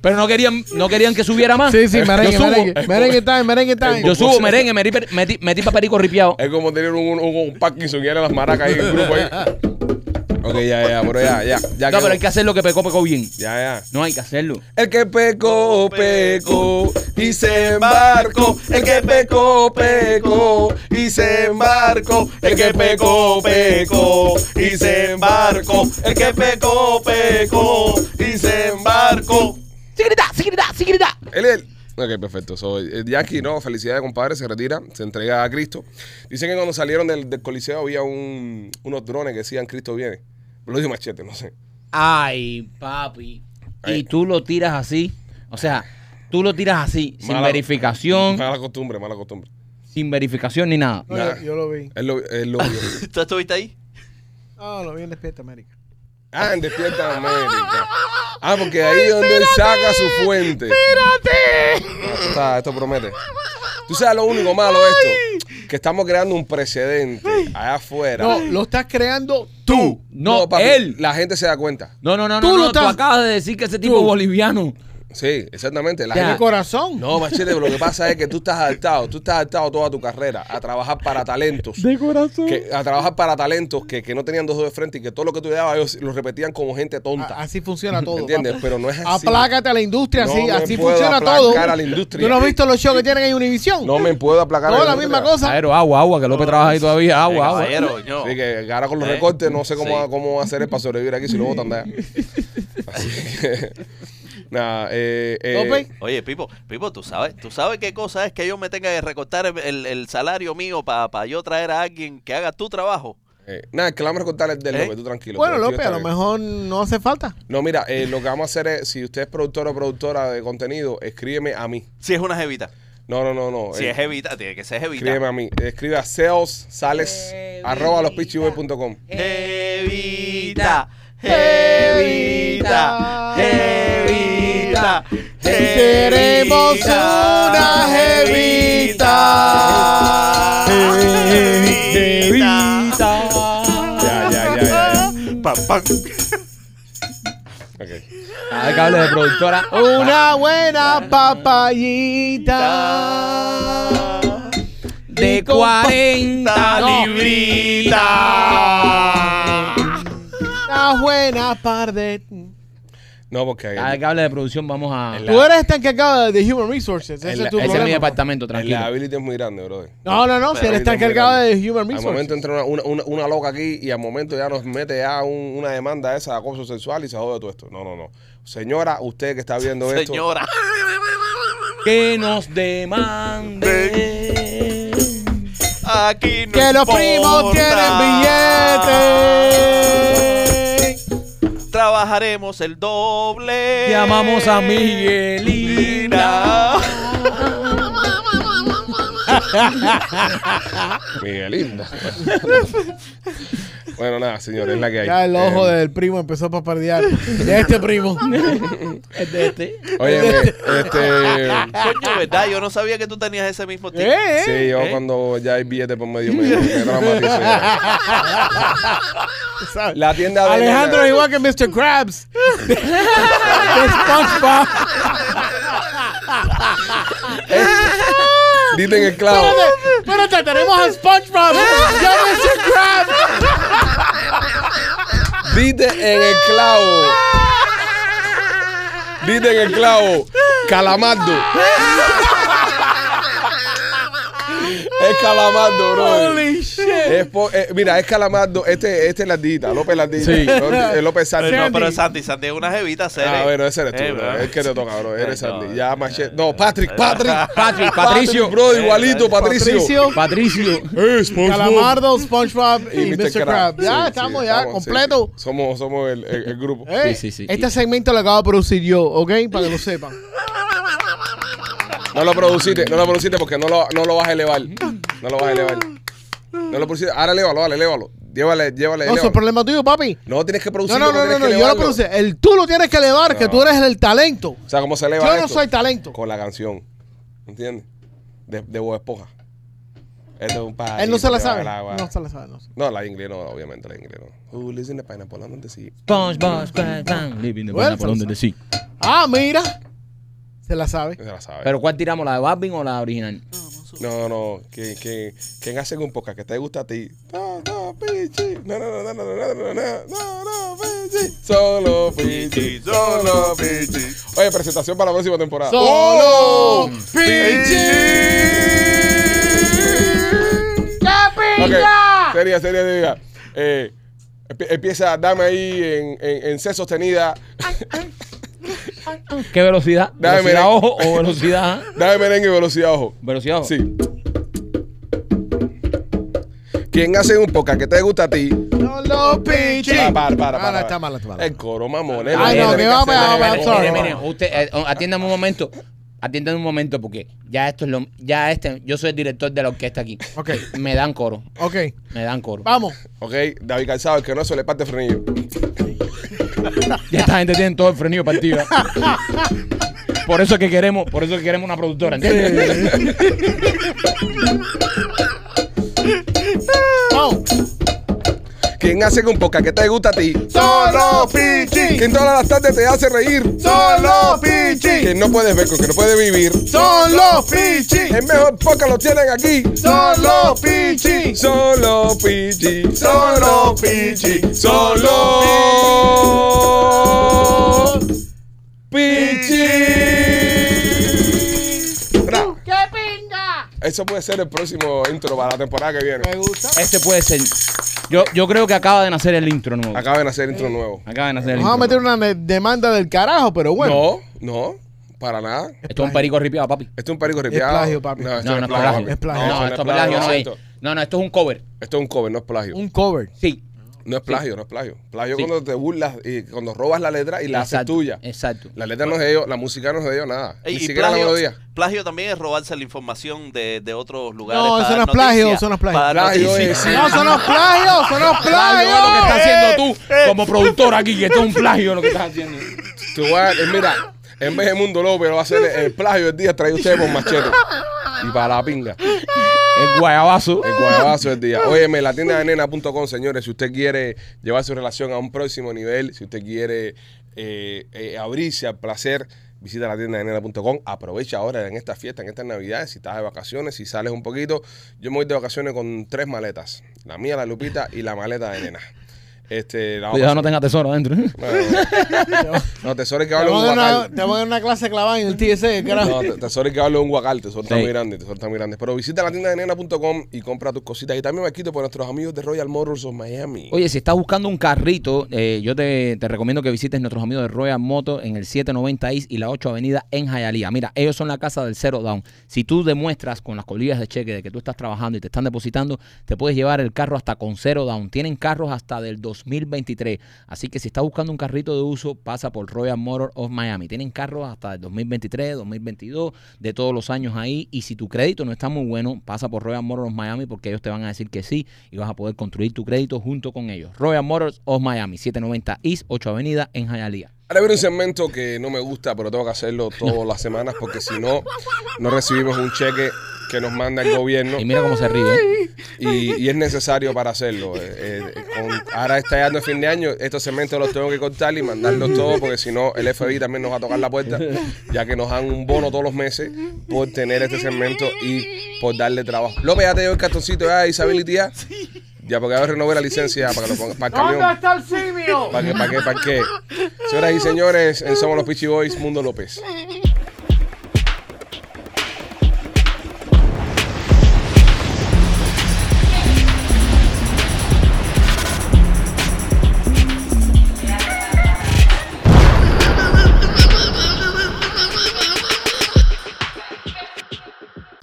B: Pero no querían, no querían que subiera más.
D: Sí, sí, merengue,
B: Yo subo,
D: merengue. Merengue time, merengue time.
B: Yo subo merengue, metí, per- metí, metí paperico ripiado.
A: Es como tener un, un, un Parkinson y eran las maracas ahí en el grupo ahí. Ok, ya, ya, pero ya, ya. ya
B: No,
A: quedó.
B: pero hay que hacer lo que pecó, pecó bien.
A: Ya, ya.
B: No hay que hacerlo.
A: El que pecó, pecó y se embarcó. El que pecó, pecó y se embarcó. El que pecó, pecó y se embarcó. El que pecó, pecó y se em-. embarcó.
B: Sigrita, sigrita, sigrita.
A: Eliel. Ok, perfecto. So, eh, Yankee, no, felicidades, compadre. Se retira, se entrega a Cristo. Dicen que cuando salieron del, del Coliseo había un- unos drones que decían Cristo viene. Lo dijo Machete, no sé.
B: Ay, papi.
A: Ay.
B: Y tú lo tiras así. O sea, tú lo tiras así, sin
A: Mala-
B: verificación,
A: Mala costumbre, mala costumbre.
B: sin verificación ni nada.
D: No, yo, yo lo vi.
A: Él lo, él lo vio.
C: ¿Tú estuviste ahí?
D: Ah, lo vi en Despierta América.
A: Ah, en Despierta América. Ah, porque ahí es donde él saca su fuente. No, esto, está- esto promete. Tú sabes lo único malo de esto. Que estamos creando un precedente allá afuera.
D: No, lo estás creando
B: Tú, no,
A: papi,
B: él.
A: La gente se da cuenta.
B: No, no, no,
D: Tú
B: no,
D: lo
B: no,
D: estás-
B: tú acabas de decir que ese tipo
D: Tú.
B: es boliviano.
A: Sí, exactamente. La
B: Ya.
A: gente
D: de corazón.
A: No, Machete, pero lo que pasa es que tú estás adaptado, tú estás adaptado toda tu carrera a trabajar para talentos.
B: corazón.
A: Que, a trabajar para talentos que, que no tenían dos dedos de frente y que todo lo que tú le dabas ellos lo repetían como gente
D: A-
A: tonta.
D: Ah, Así funciona todo.
A: ¿Entiendes?
D: papá.
A: Pero no es así.
D: Aplácate a la industria,
A: No
D: así,
A: me
D: así
A: puedo
D: funciona
A: aplacar
D: todo.
A: a la industria.
D: ¿Tú no has visto los shows que tienen en Univision?
A: No me puedo aplacar.
D: Todo
A: en
D: la
A: otra.
D: misma cosa.
B: Pero agua, agua, que López trabaja ahí todavía.
C: Eh,
B: Agua, agua.
C: caballero, yo.
A: Así que ahora con los
C: Eh.
A: recortes no sé cómo,
C: Sí.
A: cómo hacer es para sobrevivir aquí si lo botan de allá. Así que, nada, eh, eh,
D: López.
C: Oye, Pipo, Pipo, tú sabes, tú sabes qué cosa es que yo me tenga que recortar el, el- el salario mío para yo traer a alguien que haga tu trabajo.
A: eh, nada, es que le vamos a recortar el del
C: Eh.
A: López, tú tranquilo.
D: Bueno,
A: tú, tú
D: López, a
A: estás
D: lo
A: bien.
D: mejor no hace falta.
A: No, mira, eh, lo que vamos a hacer es, si usted es productor o productora de contenido, escríbeme a mí.
C: Si es una jevita.
A: No, no, no, no.
C: Si
A: eh,
C: es evita, tiene que ser evita.
A: escríbeme a mí. Escribe a salessales arroba lospitchyboy.com.
C: Jevita, jevita, jevita.
D: Queremos una
C: jevita. Jevita.
A: Ya, ya, ya, ya. ya.
C: Pam, pam.
A: Ok.
B: A ver, que hable de productora.
D: Una buena papayita.
B: De 40
C: librita.
D: Una buena par de... Tú
A: No, porque hay-
B: A ver, que hable de producción, vamos a...
A: En la-
D: eres el encargado de Human Resources. Ese
A: En
D: es,
A: la-
D: tu
B: Ese es mi
D: problema.
B: departamento,
A: la
B: tranquilo.
A: habilidad es muy grande, brother.
D: no, no, no. Si
A: Pero
D: eres el
A: ahorita
D: encargado
A: muy
D: de
A: grande.
D: Human
A: Al
D: Resources.
A: momento entra una, una, una- una loca aquí y al momento ya nos mete ya un- una demanda esa de acoso sexual y se jode todo esto. No, no, no. Señora, usted que está viendo esto.
C: Señora.
B: Que nos demande.
C: Aquí no
D: Que los
C: importa.
D: primos tienen billetes.
C: Trabajaremos el doble.
B: Llamamos a
C: Miguelina.
B: Miguelina.
A: Miguelinda. bueno, nada, señores, es la que hay.
D: Ya el ojo
A: Eh,
D: del primo empezó a parpadear. De este primo.
B: Es de este.
A: Oye, este.
C: Coño, ¿verdad? Yo no sabía que tú tenías ese mismo tipo.
D: ¿Eh?
A: Sí, yo
C: ¿Eh?
A: cuando ya hay billete por medio me me dramatizo ya.
D: ¿Sabes?
A: La tienda de
D: Alejandro es igual que Mr. Krabs. De- de SpongeBob.
A: Dicen el clavo.
D: Espérate, espérate, tenemos a SpongeBob. Yo Mr. Krabs.
A: Dite en el clavo. Dite en el clavo. Calamardo. Es calamardo, bro.
D: Holy shit.
A: Es po- eh, mira, es calamardo. Este, este es Lardita, López Lardita.
B: Sí.
A: López, López Santi.
C: Pero no, pero Santi, Santi es una jevita seria.
A: Ah, bueno, ese eres tú,
C: Eh,
A: bro.
C: bro.
A: Es que te toca, bro. Eres
C: Eh,
A: Santi.
C: no.
A: ya, machete. No, Patrick, Patrick.
B: Patrick, Patricio.
A: Bro, igualito,
C: Eh,
A: Patricio.
D: Patricio,
B: Patricio.
A: Eh, SpongeBob.
D: Calamardo, SpongeBob y, Mr. Krabs. Ya
A: Sí,
D: estamos
A: sí,
D: ya
A: sí.
D: completo.
A: Somos, somos el, el- el grupo.
D: Eh,
B: Sí, sí, sí.
D: Este segmento lo acabo de producir yo, ¿ok? Para que lo sepan.
A: No lo produciste, no lo produciste porque no lo, no lo vas a elevar. No lo vas a elevar. No lo produciste. Ahora elévalo, dale, elévalo. Llévale, llévale,
D: No, eso es
A: elévalo.
D: problema tuyo, papi.
A: No tienes que
D: No,
A: producirlo.
D: no, no,
A: tienes
D: no, no,
A: que
D: yo lo
A: elevarlo.
D: producí. El, tú lo tienes que elevar, que tú eres el talento.
A: O sea, ¿cómo se eleva
D: Yo no
A: esto?
D: soy talento.
A: Con la canción. ¿Entiendes? De, de Bob Esponja. Este es un
D: Él no se
A: pajarito que
D: la
A: va
D: sabe.
A: al agua.
D: No se la sabe. No. se-
A: No, la inglés no, obviamente, la inglés no. Who lives in the pineapple on the sea?
B: SpongeBob, SpongeBob, living the
D: Bueno,
B: banana por donde
D: Salsa.
B: sí.
D: Ah, mira. Se la sabe.
A: Se la sabe.
B: Pero ¿cuál tiramos? ¿La de Balvin o la original?
A: No, no, que, que, ¿quién hace un podcast que te gusta a ti? No, no, pichi. No, no, no, no, no, no, no, no, no, no, pichi. Solo pichi, solo pichi. Oye, presentación para la próxima temporada.
D: Solo
A: pichi. ¡Capilla! Seria, seria, seria. Eh, empie- empieza, dame ahí en, en, en C sostenida.
B: ¿Qué velocidad?
A: Dame,
B: ¿Velocidad
A: mira.
B: ojo o velocidad? ah?
A: Dame merengue y velocidad, ojo.
B: ¿Velocidad ojo?
A: Sí. ¿Quién hace un podcast que te gusta a ti?
D: No lo pichi.
A: Para, para, para, para.
D: Ah, no, está mal, está Ah, mal.
A: El coro mamón.
B: Ay, no, que
D: vamos,
B: Espere,
D: vamos,
B: espere,
D: sorry.
B: espere, espere. Usted, eh, oh, atiéndame un momento. Atiéndame un momento porque ya esto es lo. Ya este. Yo soy el director de la orquesta aquí.
D: Ok.
B: Me dan coro.
D: Ok,
B: Me dan coro.
D: vamos.
A: Ok, David Calzado, el que no se le parte frenillo.
B: Ya esta gente tiene todo el frenillo partido. Por eso es que queremos, por eso es que queremos una productora, ¿entiendes?
D: Vamos.
A: ¿Quién hace un podcast que te gusta a ti?
D: Solo Pichi.
A: ¿Quién todas las tardes te hace reír?
D: Solo Pichi.
A: ¿Quién no puedes ver con que no puedes vivir?
D: Son los pichi.
A: El mejor podcast lo tienen aquí.
D: Son los pichi.
A: Solo Pichi, solo Pichi, solo Pichi. Bra.
E: ¡Qué pinga!
A: Eso puede ser el próximo intro para la temporada que viene.
D: Me gusta.
B: Este puede ser. Yo, yo creo que acaba de nacer el intro nuevo.
A: Acaben de hacer intro nuevo.
B: Acaba de nacer el
D: Vamos a
B: intro.
D: meter
B: nuevo.
D: una ne- demanda del carajo, pero bueno.
A: No, no, para nada.
B: Esto es un perico ripiado, papi.
A: Esto es un perico ripiado.
D: plagio, papi.
A: esto
B: No, no es plagio.
A: papi.
D: Es plagio.
B: No,
A: no
B: esto es plagio, no es.
A: Esto
B: No, no, esto es un cover.
A: esto es un cover, no es plagio.
D: Un cover.
B: Sí.
A: No es plagio, no es plagio. Plagio
B: Sí.
A: cuando te burlas y cuando robas la letra y la haces
B: Exacto,
A: tuya.
B: Exacto.
A: La letra no es de ellos, la música no es de ellos, nada.
C: Y,
A: Ni
C: y
A: siquiera la
C: plagio,
A: melodía.
C: plagio también es robarse la información de, de otros lugares.
D: No,
C: para
D: eso no
C: dar
D: es plagio,
C: noticia,
D: eso no es plagio.
C: para dar
A: Plagio
C: noticia.
A: es- sí.
D: No, son los plagios, son los
B: Plagio es lo que
D: plagios.
B: estás haciendo tú como productor aquí, que esto es un plagio lo que estás haciendo.
A: Tú vas, eh, mira, en vez de Mundo López lo va a hacer el, el plagio del día, trae ustedes por machete. Y para la pinga.
B: El guayabazo.
A: El guayabazo del día. Óyeme, la tienda de nena.com, señores, si usted quiere llevar su relación a un próximo nivel, si usted quiere eh, eh, abrirse al placer, visita la tienda de nena.com. Aprovecha ahora en esta fiesta, en estas navidades, si estás de vacaciones, si sales un poquito. Yo me voy de vacaciones con tres maletas. La mía, la Lupita y la maleta de nena. Este, la
B: Cuidado, no
A: vamos
B: tenga tesoro adentro. ¿eh?
A: a- No, no, no. No, tesoro es que
D: Te
A: hablo
D: voy
A: un
D: a dar
A: guacal.
D: una- te voy a dar una clase clavada en el TSE, carajo.
A: No, te- tesoro es que hablo de un guacal, tesoro está
B: Sí.
A: muy grande, tesoro está muy grande. Pero visita la tienda de nena.com y compra tus cositas. Y también me quito por nuestros amigos de Royal Motors of Miami.
B: Oye, si estás buscando un carrito, eh, yo te, te recomiendo que visites nuestros amigos de Royal Moto en el 790 East y la 8 Avenida en Hialeah. Mira, ellos son la casa del Zero Down. Si tú demuestras con las colillas de cheque de que tú estás trabajando y te están depositando, te puedes llevar el carro hasta con Zero Down. Tienen carros hasta del 2023. Así que si estás buscando un carrito de uso, pasa por Royal Motor of Miami. Tienen carros hasta el 2023, 2022, de todos los años ahí. Y si tu crédito no está muy bueno, pasa por Royal Motors of Miami porque ellos te van a decir que sí y vas a poder construir tu crédito junto con ellos. Royal Motors of Miami, 790 East 8 Avenida en Hialeah.
A: Ahora viene un segmento que no me gusta, pero tengo que hacerlo todas las semanas porque si no, no recibimos un cheque que nos manda el gobierno
B: Y mira cómo se ríe. ¿eh?
A: y, y es necesario para hacerlo. Eh, eh, con- ahora está llegando el fin de año, estos segmentos los tengo que cortar y mandarlos todos porque si no, el FBI también nos va a tocar la puerta, ya que nos dan un bono todos los meses por tener este segmento y por darle trabajo. López, ya te dio el cartoncito ya, Isabel y tía. Ya, porque ahora renové la licencia para que lo ponga- para el camión.
D: está el simio?
A: ¿Para qué? ¿Para qué? ¿Para qué? Señoras y señores, en Somos los Pichi Boys, Mundo López.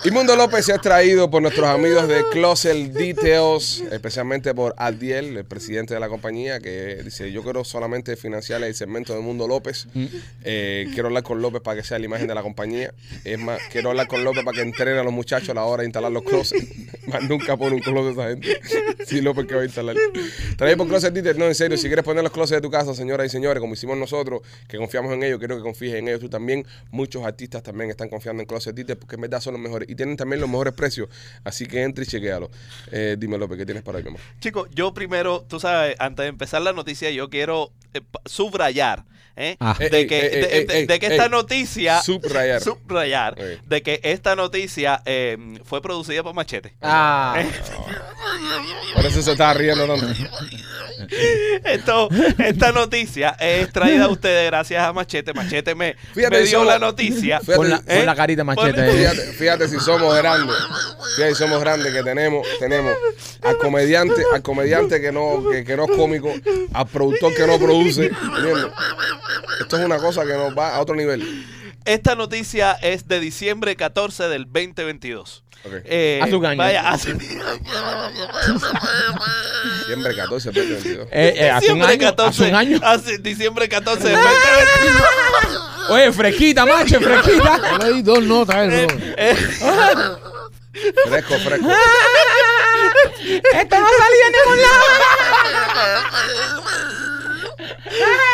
A: Y Mundo López se ha traído por nuestros amigos de Closel Details, especialmente por Adiel, el presidente de la compañía, que dice, yo quiero solamente financiar el segmento de Mundo López. Eh, quiero hablar con López para que sea la imagen de la compañía. Es más, quiero hablar con López para que entrene a los muchachos a la hora de instalar los closets. más nunca pone un closet esa gente. Sí, López que va a instalar. Trae por Closet Details, no, en serio, si quieres poner los closets de tu casa, señoras y señores, como hicimos nosotros, que confiamos en ellos, quiero que confíes en ellos tú también. Muchos artistas también están confiando en Closet Details porque en verdad son los mejores y tienen también los mejores precios. Así que entra y chequealo. Eh, dime, López, ¿qué tienes para hoy, mi amor?
C: Chicos, yo primero, tú sabes, antes de empezar la noticia, yo quiero eh, pa- subrayar ¿eh?
B: Ah.
A: Ey,
C: de que,
A: ey,
C: de,
A: ey,
C: de-
A: ey,
C: de que
A: ey,
C: esta
A: ey.
C: noticia,
A: Subrayar.
C: subrayar,
A: Ey.
C: de que esta noticia eh, fue producida por Machete.
B: Ah,
A: Por eso se estaba riendo tanto.
C: Esto, esta noticia es traída a ustedes gracias a Machete. Machete me,
A: Fíjate,
C: me dio
A: somos-
C: la noticia.
A: Fíjate,
B: pon la,
A: ¿eh?
B: pon la carita machete. eh.
A: Fíjate, fíjate si somos grandes. Fíjate si somos grandes que tenemos, tenemos al comediante, al comediante que no, que, que no es cómico, al productor que no produce. ¿entiendes? Esto es una cosa que nos va a otro nivel.
C: Esta noticia es de diciembre 14 del 2022.
A: Ok.
C: Eh,
B: Hace un año.
C: Vaya, hace-
A: Diciembre 14, 2022.
B: Eh, eh, hace un
C: diciembre
B: año,
C: 14.
B: hace un año.
C: hace- diciembre 14 del 2022.
B: Oye, fresquita, macho, fresquita.
D: Yo le di dos notas a él, bro.
C: Eh,
A: Fresco, fresco.
B: Esto no salía en ningún lado.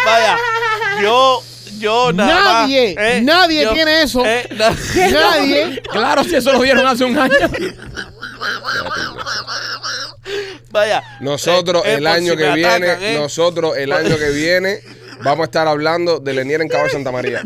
C: vaya, yo, yo nada más,
D: Nadie,
C: eh,
D: nadie
C: yo-
D: tiene eso.
C: eh, na-
D: Nadie.
B: Claro, si eso lo vieron hace un año.
C: vaya.
A: Nosotros
C: eh, eh,
A: el
C: por
A: año
C: si
A: que
C: me
A: viene,
C: atacan, eh.
A: nosotros el año que viene vamos a estar hablando de Lenier en Cabo Santa María.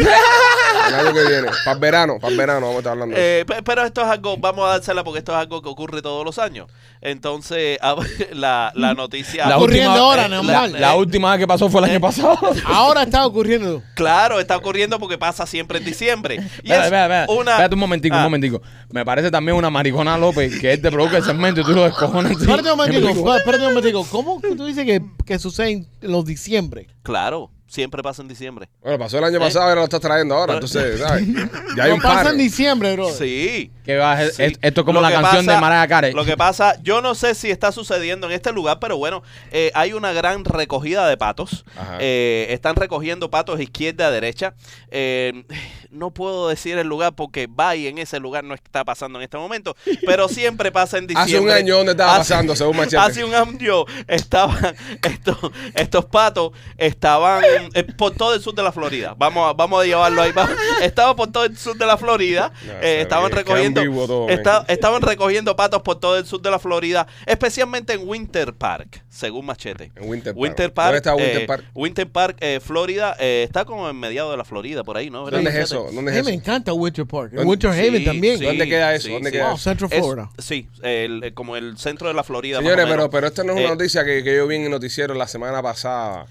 A: El año que viene, para el verano, para el verano vamos a estar hablando. de eso.
C: Eh, pe- pero esto es algo, vamos a dársela porque esto es algo que ocurre todos los años. Entonces, a ver, la, la noticia.
D: La Ocurriendo última- ahora,
B: eh, la-
D: normal.
B: la, última vez que pasó
C: Eh,
B: fue el año pasado.
D: Ahora está ocurriendo.
C: Claro, está ocurriendo porque pasa siempre en diciembre. Y
B: Espera,
C: es
B: espera, espera.
C: una-
B: Espérate un momentico,
C: Ah,
B: un momentico. Me parece también una maricona López que él te provoca el segmento y tú lo descojonas. así.
D: Espérate un
B: En vivo.
D: momentico, espérate un momentico. ¿Cómo que tú dices que, que sucede en los diciembre?
C: Claro, siempre pasa en diciembre.
A: Bueno, pasó el año pasado, ahora lo estás trayendo ahora, entonces, ¿sabes? Ya hay
D: No
A: un par.
D: pasa en diciembre, bro.
C: Sí.
B: Que va, es-
C: Sí.
B: es- Eh, esto es
C: Lo
B: como la
C: que
B: canción de
C: pasa-
B: Mariah Carey.
C: Lo que pasa, yo no sé si está sucediendo en este lugar, pero bueno, eh, hay una gran recogida de patos.
A: Ajá.
C: Eh, están recogiendo patos izquierda a derecha. Eh, no puedo decir el lugar porque Bay en ese lugar no está pasando en este momento, pero siempre pasa en diciembre.
A: Hace un año, ¿dónde estaba
C: Hace-
A: pasando, según Machete?
C: Hace un año estaban estos, estos patos estaban eh, por todo el sur de la Florida. Vamos a, vamos a llevarlo ahí. Vamos. Estaba por todo el sur de la Florida.
A: No,
C: eh,
A: está bien,
C: estaban
A: qué
C: recogiendo
A: ambiguo todo,
C: esta-
A: men.
C: estaban recogiendo patos por todo el sur de la Florida, especialmente en Winter Park, según Machete.
A: En Winter Park.
C: Winter Park,
A: ¿Dónde está Winter
C: eh,
A: Park?
C: Winter Park, eh, Florida, eh, está como en mediado de la Florida, por ahí, ¿no?
A: ¿Dónde es
C: Machete?
A: eso? ¿Dónde
D: A
A: es
D: mí me
A: eso?
D: encanta Winter Park.
A: ¿Dónde-
D: Winter Haven
C: Sí,
D: también.
C: sí,
A: ¿Dónde queda eso? ¿Dónde queda
D: Wow, Central
C: Es-
D: Florida.
C: sí, el- eh, como el centro de la Florida. más o
A: Señores,
C: menos.
A: pero, pero esta no es una
C: Eh,
A: noticia que, que yo vi en el noticiero la semana pasada.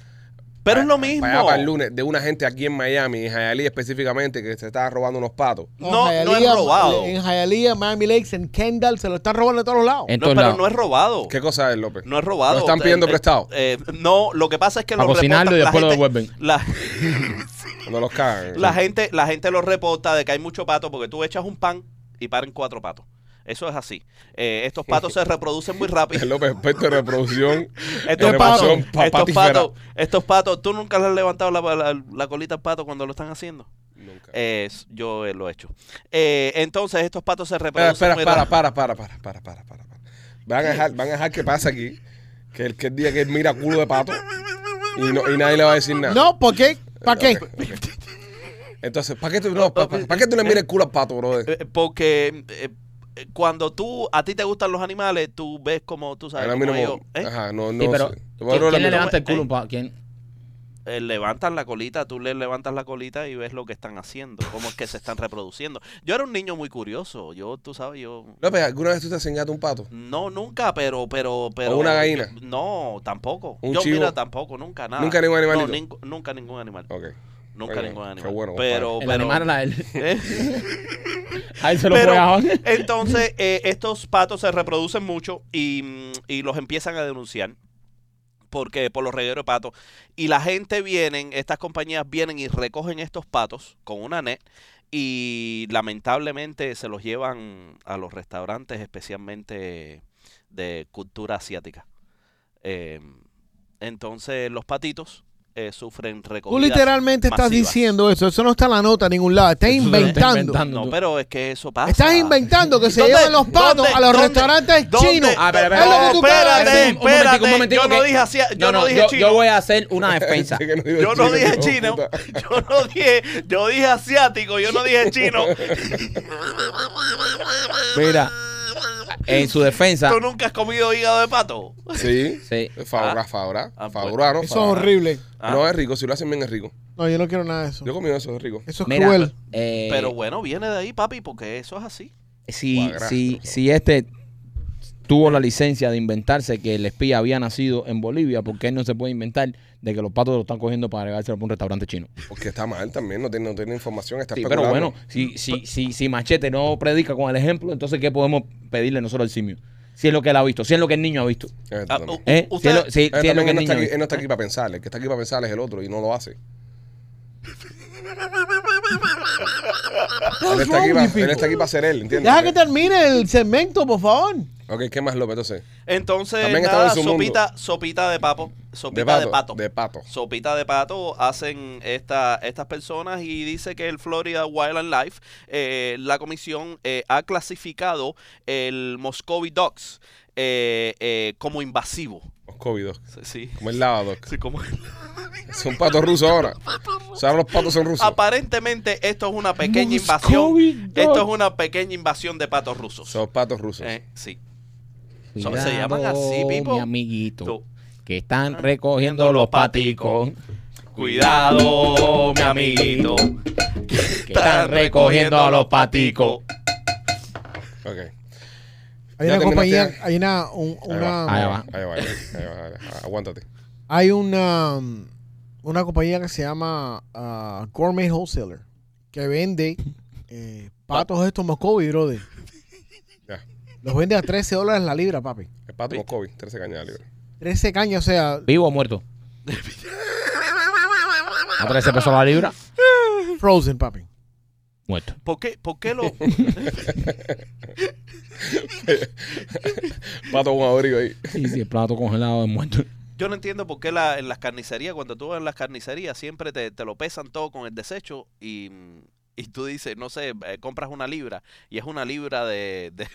C: Pero es lo
A: Para
C: mismo.
A: allá para el lunes, de una gente aquí en Miami, en Hialeah específicamente, que se estaba robando unos patos.
C: No, no es robado.
D: En Hialeah, Miami Lakes, en Kendall, se lo están robando de todos lados.
B: En
C: No,
B: todos
C: pero
B: lados.
C: no es robado.
A: ¿Qué cosa es, López?
C: No es robado.
A: ¿Lo están pidiendo
C: Eh, eh,
A: prestado?
C: eh, no, lo que pasa es que
B: Para
C: lo
B: cocinarlo y
C: reportan,
B: después
C: la
B: lo
C: gente- La,
A: No los cagan.
C: la gente, la gente lo reporta de que hay mucho pato porque tú echas un pan y paren cuatro patos. Eso es así. Eh, estos patos se reproducen muy rápido.
A: López, experto en reproducción.
C: Estos
A: en
C: patos,
A: reproducción pa-
C: estos
A: patífera.
C: patos, estos patos, tú nunca le has levantado la, la- la colita al pato cuando lo están haciendo.
A: Nunca.
C: Eh, yo eh, lo he hecho. Eh, entonces estos patos se
A: Espera,
C: reproducen
A: espera,
C: muy
A: para,
C: rápido.
A: para, para, para, para, para, para, para. Van a dejar, van a dejar que pasa aquí. Que el, que el día que él mira culo de pato y, no- y nadie le va a decir nada.
D: No, ¿por qué? ¿Para qué?
A: Entonces, ¿para qué tú, no, pa- pa- ¿para qué tú le miras el culo al pato, brother?
C: Eh, porque eh, eh, cuando tú, a ti te gustan los animales, tú ves como, tú sabes,
A: Ahora
C: como
A: mismo,
C: ellos, ¿eh?
A: ajá, no, no.
B: Sí, pero,
A: sé.
B: ¿quién,
A: Bueno,
B: quién le
A: miro-
B: levanta el culo?
C: eh.
B: pa- ¿Quién?
C: eh, levantan la colita, tú les levantas la colita y ves lo que están haciendo, cómo es que se están reproduciendo. Yo era un niño muy curioso, yo, tú sabes, yo...
A: López, ¿alguna vez tú te has engañado un pato?
C: No, nunca, pero, pero, pero...
A: una gallina?
C: yo- no, tampoco.
A: ¿Un
C: yo,
A: chivo?
C: mira, tampoco, nunca, nada.
A: ¿Nunca ningún
C: No,
A: animalito?
C: nin- nunca ningún animal.
A: Ok.
C: Nunca
A: Bueno,
C: ningún
A: qué
C: animal.
A: bueno,
C: pero,
B: El
C: pero...
B: animal era él.
C: ¿Eh?
B: A él se lo
C: Pero,
B: pegaban.
C: entonces, eh, estos patos se reproducen mucho y, mm, y los empiezan a denunciar. Porque por los regueros de patos. Y la gente vienen, estas compañías vienen y recogen estos patos con una net. Y lamentablemente se los llevan a los restaurantes, especialmente de cultura asiática. Eh, entonces, los patitos eh, sufren
D: Tú
C: recogidas.
D: literalmente estás
C: masivas.
D: diciendo eso. Eso no está en la nota en ningún lado. Estás
B: Eso se lo está
D: inventando.
B: inventando.
C: No, pero es que eso pasa.
D: Estás inventando que se
C: ¿Dónde-
D: llevan los patos
C: dónde-
D: a los
C: dónde-
D: restaurantes
C: dónde-
D: chinos.
B: Ah, pero,
D: Es lo que tú acabas de
C: espérate,
B: Un
D: decir.
B: momentico,
C: espérate.
B: un momentico,
C: yo no
B: que-
C: dije así, yo no, dije
B: yo,
C: chino.
B: yo voy a hacer una defensa.
A: Sí que no
C: Yo no dije
A: hijo de
C: chino,
A: puta.
C: yo no dije, yo dije asiático, yo no dije chino.
B: Mira, en su defensa,
C: ¿Tú nunca has comido hígado de pato?
A: Sí.
B: Sí.
A: Favora,
C: Ah.
A: favora.
C: Ah, pues.
A: Favora, ¿no?
D: Eso es
A: Favora.
D: horrible.
C: Ah,
A: No, es rico. Si lo hacen bien, es rico.
D: No, yo no quiero nada de eso.
A: Yo he comido eso, es rico.
D: Eso es
B: mira,
D: cruel.
B: eh,
C: Pero bueno, viene de ahí, papi, porque eso es así.
B: si,
A: Cuadrastro,
B: si,
A: eso.
B: si este tuvo la licencia de inventarse que el espía había nacido en Bolivia, ¿por qué no se puede inventar de que los patos lo están cogiendo para agregárselo por un restaurante chino?
A: Porque está mal también, no tiene, no tiene información, está
B: Sí, pero
A: especulando.
B: bueno, si, si, si, si Machete no predica con el ejemplo, entonces ¿qué podemos pedirle nosotros al simio? Si es lo que él ha visto, si es lo que el niño ha visto.
A: Eh,
C: Ah,
A: también.
C: u-
B: ¿eh? Si es lo-
C: ustedes-
B: si-
A: Eh,
B: si es
A: también
B: lo
A: él,
B: que el
A: no
B: niño
A: está
B: ha
A: aquí,
B: visto.
A: él no está aquí para pensar, el que está aquí para pensar es el otro y no lo hace. Él
D: What's
A: está, aquí
D: wrong
A: para,
D: with you
A: él está aquí
D: people?
A: para ser él, ¿entiendes?
D: Ah, Deja que termine el segmento, por favor.
A: Ok, ¿qué más, López? Entonces,
C: Entonces,
A: También estaba
C: nada,
A: en su mundo.
C: sopita, sopita de papo,
A: de
C: sopita
A: pato.
C: de pato.
A: De pato.
C: Sopita de pato hacen esta, estas personas y dice que el Florida Wildlife, eh, la comisión eh, ha clasificado el Muscovy Dogs eh, eh, como invasivo.
A: Los COVID, doc.
C: Sí, Sí,
A: como el lava, doc.
C: sí, como...
A: Es un pato ruso ahora. O sea, ahora los patos son
C: Ah,
A: rusos.
C: Aparentemente esto es una pequeña
B: Muscovy
C: invasión.
B: Dog.
C: Esto es una pequeña invasión de patos rusos.
A: Son patos rusos.
C: Eh, sí. Son- se llaman así, Pipo.
B: mi amiguito,
C: Tú.
B: que están recogiendo los paticos.
C: Cuidado, mi amiguito.
B: Que están recogiendo a los paticos.
A: Ok. Ya
D: Hay una
A: terminaste,
D: compañía,
A: ya.
D: hay una, un-
A: Ahí
D: una-
A: va, ahí
B: va.
A: Ahí va, ahí va, ahí va, ahí va. Aguántate.
D: hay una, um, una compañía que se llama ah, Gourmet Wholesaler que vende eh, patos estos Moscovi, brother.
A: Ya.
D: Los vende a 13 dólares la libra, papi.
A: El pato con COVID, 13 cañas de libra.
D: 13 cañas, o sea,
B: ¿Vivo o muerto? ¿A 13 pesos la libra?
D: frozen, papi.
B: Muerto.
C: ¿Por qué, por qué los,
A: Pato con abrigo ahí.
B: Y si el plato congelado es muerto.
C: Yo no entiendo por qué la- en las carnicerías, cuando tú vas en las carnicerías, siempre te, te lo pesan todo con el desecho y, y tú dices, no sé, eh, compras una libra y es una libra de, de-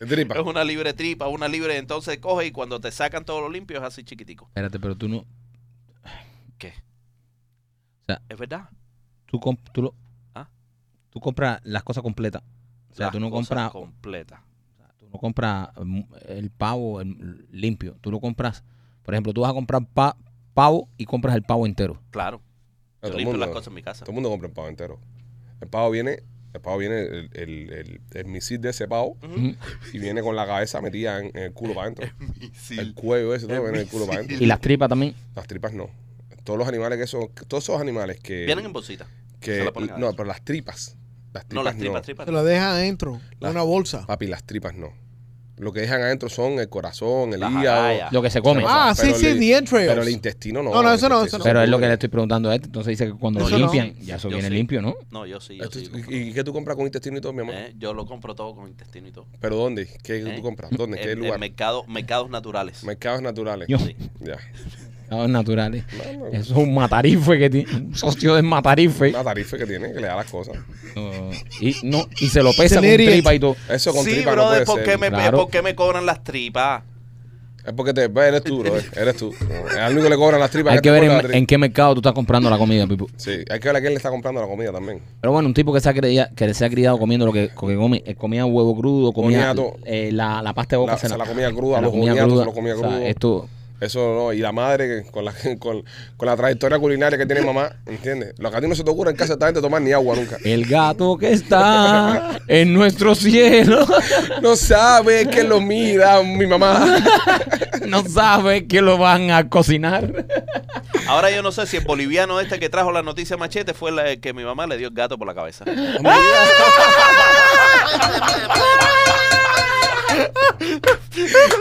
A: De tripa.
C: es una libra de tripa, una libra, y entonces coge y cuando te sacan todo lo limpio es así chiquitico.
B: Espérate, pero tú no.
C: ¿Qué?
B: sea,
C: ¿Es verdad?
B: Tú, comp- tú, lo,
C: Ah.
B: tú compras las cosas completas. O sea,
C: Las
B: tú no
C: cosas
B: compras
C: completa.
B: tú no compras mm, el pavo el- mm, limpio. Tú lo compras. Por ejemplo, tú vas a comprar pa- pavo y compras el pavo entero.
C: Claro.
A: Ah,
C: Yo
A: todo el
C: limpio
A: mundo-
C: las cosas en mi casa.
A: Todo el mundo compra el pavo entero. El pavo viene, el pavo viene, el, el, el- el misil de ese pavo, y viene con la cabeza metida en, en el culo para adentro. El cuello ese, todo
C: El
A: viene en el culo para
B: Y
A: adentro.
B: las tripas también.
A: Las tripas no. Todos los animales que son, todos esos animales que.
C: Vienen en bolsita.
A: que
C: se la ponen
A: No,
C: adentro.
A: pero las tripas. Las tripas
C: No, las tripas, tripas.
D: Se lo deja adentro,
A: La-
D: en una bolsa.
A: Papi, las tripas no. Lo que dejan adentro son el corazón, el
C: Las
A: hígado.
C: agallas.
B: Lo que se come.
D: Ah, sí,
A: pero
D: sí,
A: le-
D: the entrails.
A: Pero el intestino no.
D: No, no, eso no, eso no.
B: Pero es lo que le estoy preguntando a este. Entonces dice que cuando lo
D: Eso no.
B: limpian, ya eso
C: Yo
B: viene
C: sí.
B: limpio, ¿no?
C: No, yo sí, yo
A: Esto-
C: sí. lo compro.
A: ¿Y, y qué tú compras con intestino y todo, mi amor?
C: Eh, Yo lo compro todo con intestino y todo.
A: ¿Pero dónde? ¿Qué
C: Eh,
A: tú compras? ¿Dónde? ¿Qué
C: En, en
A: lugar?
C: mercado- mercados naturales.
A: Mercados naturales.
B: Yo,
C: Sí.
A: Ya.
B: no, naturales.
A: Bueno,
B: Eso es un matarife que tiene. Un socio del matarife.
A: Una tarifa que tiene que le da las cosas.
B: No, y, no, y se lo pesa con
D: Delirious.
B: tripa y todo.
A: Eso con
C: Sí,
A: tripa
C: brother,
A: no
C: ¿por,
A: puede
C: qué
A: ser.
C: me,
B: Claro.
C: ¿por qué me cobran las tripas?
A: Es porque te, pues, eres tú, bro. eh, Eres tú. No, Es al único que le cobran las tripas.
B: Hay
A: te
B: que ver
A: cobran
B: en,
A: la
B: en qué mercado tú estás comprando la comida, Pipo.
A: tri- Sí, hay que ver a quién le está comprando la comida también.
B: Pero bueno, un tipo que se ha, creía- que se ha criado comiendo lo que, que come, eh, comía huevo crudo, comía
A: Boniato.
B: eh, la, la pasta de boca.
A: La- se la comía cruda, los boniatos se los comía
B: O sea,
A: crudo.
B: esto,
A: Eso no. Y la madre que- con la, con, con la trayectoria culinaria que tiene mamá, ¿entiendes? Lo que a ti no se te ocurre en casa esta gente tomar ni agua nunca.
B: el gato que está en nuestro cielo
A: No sabe que lo mira mi mamá.
B: no sabe que lo van a cocinar.
C: Ahora yo no sé si el boliviano este que trajo la noticia machete fue la- el que mi mamá le dio el gato por la cabeza.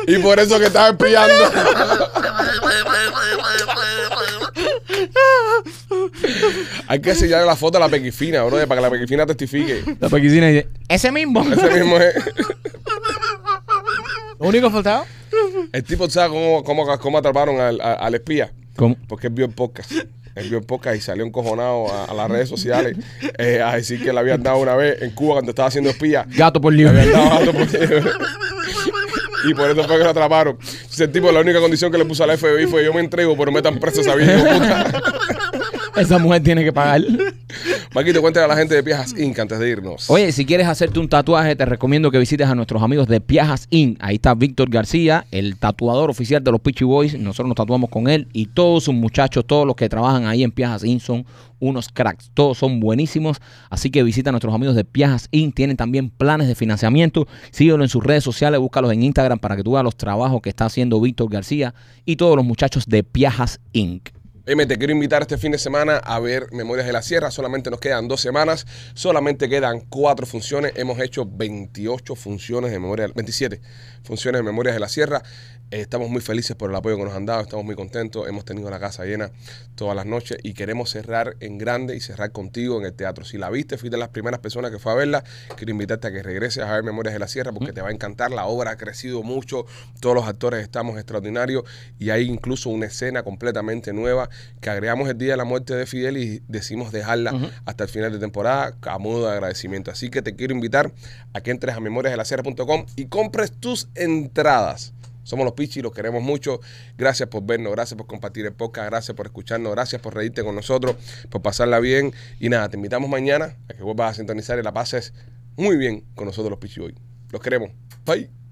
A: Y por eso que estaba espiando. Hay que enseñarle la foto a la pequifina, bro, para que la pequifina testifique.
B: La paquicina dice, ese mismo.
A: Ese mismo es.
D: Lo único que faltaba.
A: El tipo sabe cómo, cómo, cómo atraparon al, a- al espía.
B: ¿Cómo?
A: Porque él vio el podcast. Él vio el podcast y salió encojonado a, a las redes sociales eh, a decir que le habían dado una vez en Cuba cuando estaba haciendo espía.
B: Gato por
A: Le
B: libre.
A: habían dado alto por- Y por eso fue que lo atraparon. Entonces, el tipo, la única condición que le puso al FBI fue: Yo me entrego, pero metan preso esa vieja. hijo de puta".
B: Esa mujer tiene que pagar.
A: Maquito, cuéntale a la gente de Piajas Inc. antes de irnos.
B: Oye, si quieres hacerte un tatuaje, te recomiendo que visites a nuestros amigos de Piajas Inc. Ahí está Víctor García, el tatuador oficial de los Peachy Boys. Nosotros nos tatuamos con él y todos sus muchachos, todos los que trabajan ahí en Piajas Inc. son unos cracks. Todos son buenísimos. Así que visita a nuestros amigos de Piajas Inc. Tienen también planes de financiamiento. Síguelo en sus redes sociales, búscalos en Instagram para que tú veas los trabajos que está haciendo Víctor García y todos los muchachos de Piajas Inc.
A: M, te quiero invitar este fin de semana a ver Memorias de la Sierra. Solamente nos quedan dos semanas, solamente quedan cuatro funciones. Hemos hecho 28 funciones de Memorias, 27 funciones de Memorias de la Sierra. Eh, estamos muy felices por el apoyo que nos han dado, estamos muy contentos. Hemos tenido la casa llena todas las noches y queremos cerrar en grande y cerrar contigo en el teatro. Si la viste, fuiste de las primeras personas que fue a verla, quiero invitarte a que regreses a ver Memorias de la Sierra porque te va a encantar. La obra ha crecido mucho, todos los actores estamos extraordinarios y hay incluso una escena completamente nueva que agregamos el día de la muerte de Fidel y decimos dejarla hasta el final de temporada a modo de agradecimiento. Así que te quiero invitar a que entres a memoriasdelasierra.com y compres tus entradas. Somos los Pichi, los queremos mucho. Gracias por vernos, gracias por compartir el podcast, gracias por escucharnos, gracias por reírte con nosotros, por pasarla bien. Y nada, te invitamos mañana a que vuelvas a sintonizar y la pases muy bien con nosotros los Pichi hoy. Los queremos. Bye.